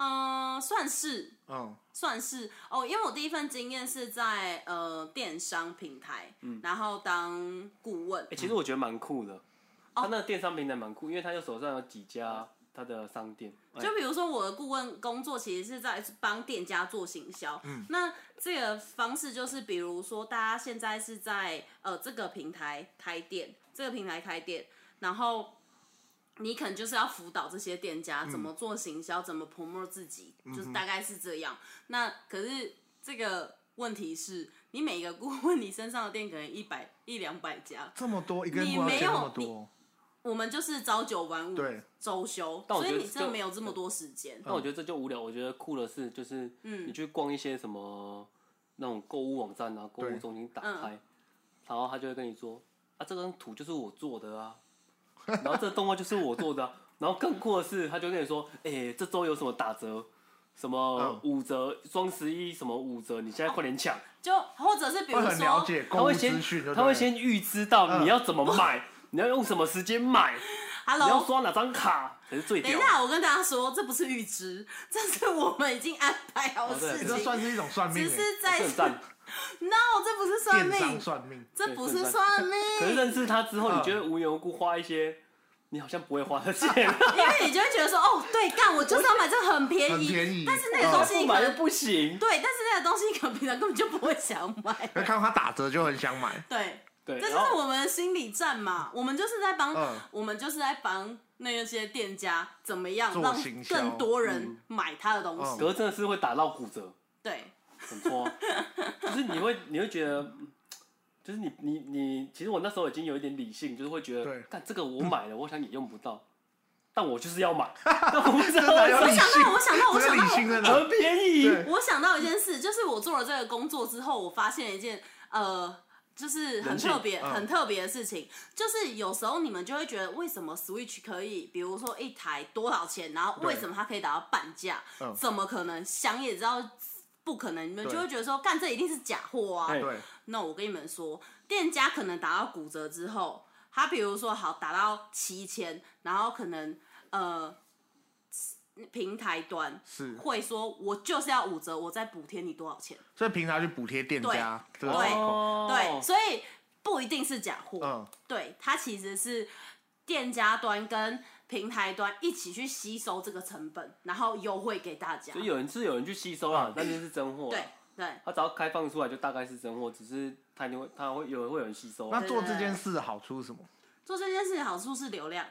Speaker 3: 嗯，算是
Speaker 2: 嗯，
Speaker 3: 算是哦，因为我第一份经验是在呃电商平台，
Speaker 2: 嗯
Speaker 3: 然后当顾问
Speaker 1: 哎，。其实我觉得蛮酷
Speaker 3: 哦
Speaker 1: 的，他那个电商平台蛮酷，因为他就手上有几家他的商店。哎
Speaker 3: 就比如说我的顾问工作其实是在帮店家做行销，
Speaker 1: 嗯
Speaker 3: 那这个方式就是比如说大家现在是在呃这个平台开店，这个平台开店，然后你可能就是要辅导这些店家怎么做行销，怎么 promote 自己，就是大概是这样。
Speaker 1: 嗯
Speaker 3: 那可是这个问题是你每个顾问你身上的店可能一百一两百家，
Speaker 2: 这么多一个人
Speaker 3: 你
Speaker 2: 不要
Speaker 3: 没
Speaker 2: 钱
Speaker 3: 有
Speaker 2: 那么
Speaker 3: 你
Speaker 2: 多，
Speaker 3: 我们就是朝九晚五
Speaker 2: 对，
Speaker 3: 周休，
Speaker 1: 但我
Speaker 3: 所
Speaker 1: 觉得
Speaker 3: 以你真
Speaker 1: 这
Speaker 3: 的没有这么多时间。
Speaker 1: 但我
Speaker 2: 嗯
Speaker 1: 觉得这就无聊。我觉得酷的是，就是你去逛一些什么那种购物网站啊、购物
Speaker 2: 对
Speaker 1: 中心打
Speaker 3: 嗯
Speaker 1: 开，然后他就会跟你说：“啊，这张图就是我做的啊，然后这个动画就是我做的、啊，然后更酷的是，他就跟你说，哎、这周有什么打折，什
Speaker 2: 嗯
Speaker 1: 么五折，双十一什么五折，你现在快点抢。
Speaker 3: 就或者是比
Speaker 2: 会
Speaker 3: 如
Speaker 2: 很了
Speaker 3: 说，
Speaker 2: 解
Speaker 1: 他
Speaker 2: 啊购物
Speaker 1: 会
Speaker 2: 资讯就
Speaker 1: 先
Speaker 2: 对了，嗯
Speaker 1: 他会先预知到你要怎么买，你要用什么时间 买，你要
Speaker 3: Hello，
Speaker 1: 刷哪张卡才是最
Speaker 3: 等一
Speaker 1: 屌。
Speaker 2: 哦
Speaker 3: 下，我跟大家说，这不是预知， 这是我们已经安排好
Speaker 1: 哦对
Speaker 3: 事
Speaker 2: 欸
Speaker 3: 情，
Speaker 2: 这算是一种算命
Speaker 3: 只
Speaker 2: 欸，
Speaker 3: 是
Speaker 1: 这
Speaker 3: 在
Speaker 1: 很赞，
Speaker 3: no，这不是算
Speaker 2: 电商
Speaker 3: 命，
Speaker 2: 算命。
Speaker 3: 这不
Speaker 1: 对
Speaker 3: 是
Speaker 1: 正
Speaker 3: 算命，
Speaker 1: 可是认识他之后，你觉得
Speaker 2: 嗯
Speaker 1: 无缘无故花一些你好像不会花的钱，
Speaker 3: 因为你就会觉得说，哦，对，干，我就是要买这个很便宜，
Speaker 2: 很便宜哦
Speaker 3: 但是 那个东西
Speaker 1: 不
Speaker 3: 你可
Speaker 1: 买
Speaker 3: 能、
Speaker 1: 又不行。
Speaker 3: 对，但是那个东西你可能平常根本就不会想买，
Speaker 2: 那 看到他打折就很想买，
Speaker 3: 对，
Speaker 1: 对，
Speaker 3: 这就
Speaker 1: 然后
Speaker 3: 是我们的心理战嘛，我们就是在帮，
Speaker 2: 嗯
Speaker 3: 我们就是在帮那些店家怎么样
Speaker 2: 做
Speaker 3: 让
Speaker 2: 行销
Speaker 3: 更多人买他的东西，
Speaker 2: 嗯
Speaker 1: 可是真的是会打到骨折，
Speaker 3: 对，
Speaker 1: 很挫。就是你会你会觉得，嗯就是你你你，其实我那时候已经有一点理性，就是会觉
Speaker 2: 对
Speaker 1: 得，看这个我买了，我想也用不到，但我就是要 买，但我不知道
Speaker 2: 真的
Speaker 1: 为
Speaker 2: 有
Speaker 1: 什
Speaker 3: 我
Speaker 1: 么
Speaker 2: 理
Speaker 3: 想
Speaker 2: 性
Speaker 3: 到，我想到，我
Speaker 2: 只有
Speaker 3: 想
Speaker 2: 理
Speaker 3: 到，
Speaker 2: 性在哪？
Speaker 1: 很便宜。
Speaker 2: 对
Speaker 3: 我想到一件事，就是我做了这个工作之后，我发现了一件呃，就是很
Speaker 1: 人性
Speaker 3: 特别、
Speaker 2: 嗯
Speaker 3: 很特别的事情，就是有时候你们就会觉得，为什么 Switch 可以，比如说一台多少钱，然后为什么它可以打到半价
Speaker 2: 嗯？
Speaker 3: 怎么可能？想也知道。不可能，你们
Speaker 2: 对
Speaker 3: 就会觉得说，干这一定是假货啊！
Speaker 1: 对
Speaker 2: 对，
Speaker 3: 那我跟你们说，店家可能打到骨折之后，他比如说好打到七千，然后可能呃平台端
Speaker 2: 是，
Speaker 3: 会说，我就是要五折，我再补贴你多少钱？
Speaker 2: 所以平常去补贴店家，对
Speaker 3: 对
Speaker 1: 哦
Speaker 3: 对，所以不一定是假货，
Speaker 2: 嗯，
Speaker 3: 对，它其实是店家端跟平台端一起去吸收这个成本，然后优惠给大家
Speaker 1: 就。有啊人是有人去吸收
Speaker 2: 嗯
Speaker 1: 啦，那就是真货啦。
Speaker 3: 对对，
Speaker 1: 它只要开放出来，就大概是真货，只是它一定会，它会有会有人吸收啊。
Speaker 2: 那做这件事的好处是什么？
Speaker 3: 做这件事情好处是流量，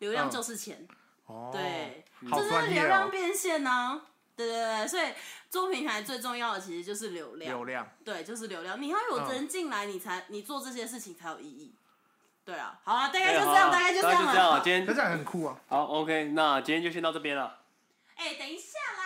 Speaker 3: 流量
Speaker 2: 嗯
Speaker 3: 就是钱，
Speaker 2: 哦，
Speaker 3: 对，这
Speaker 2: 好
Speaker 3: 就是
Speaker 2: 专业
Speaker 3: 流量
Speaker 2: 哦，
Speaker 3: 变现呢、啊对对对，所以做平台最重要的其实就是流量，
Speaker 2: 流量，
Speaker 3: 对，就是流量，你要有
Speaker 2: 嗯
Speaker 3: 人进来，你才你做这些事情才有意义。对啊，好了，大概
Speaker 1: 对
Speaker 3: 就
Speaker 1: 好
Speaker 3: 这
Speaker 1: 啊
Speaker 3: 样，大概就
Speaker 1: 大
Speaker 3: 这
Speaker 1: 概
Speaker 3: 样
Speaker 1: 就这样啊。
Speaker 3: 了。
Speaker 1: 今
Speaker 2: 可
Speaker 1: 天
Speaker 2: 这样很酷啊，
Speaker 1: 好，OK，那今天就先到这边了。
Speaker 3: 哎、等一下啦。哦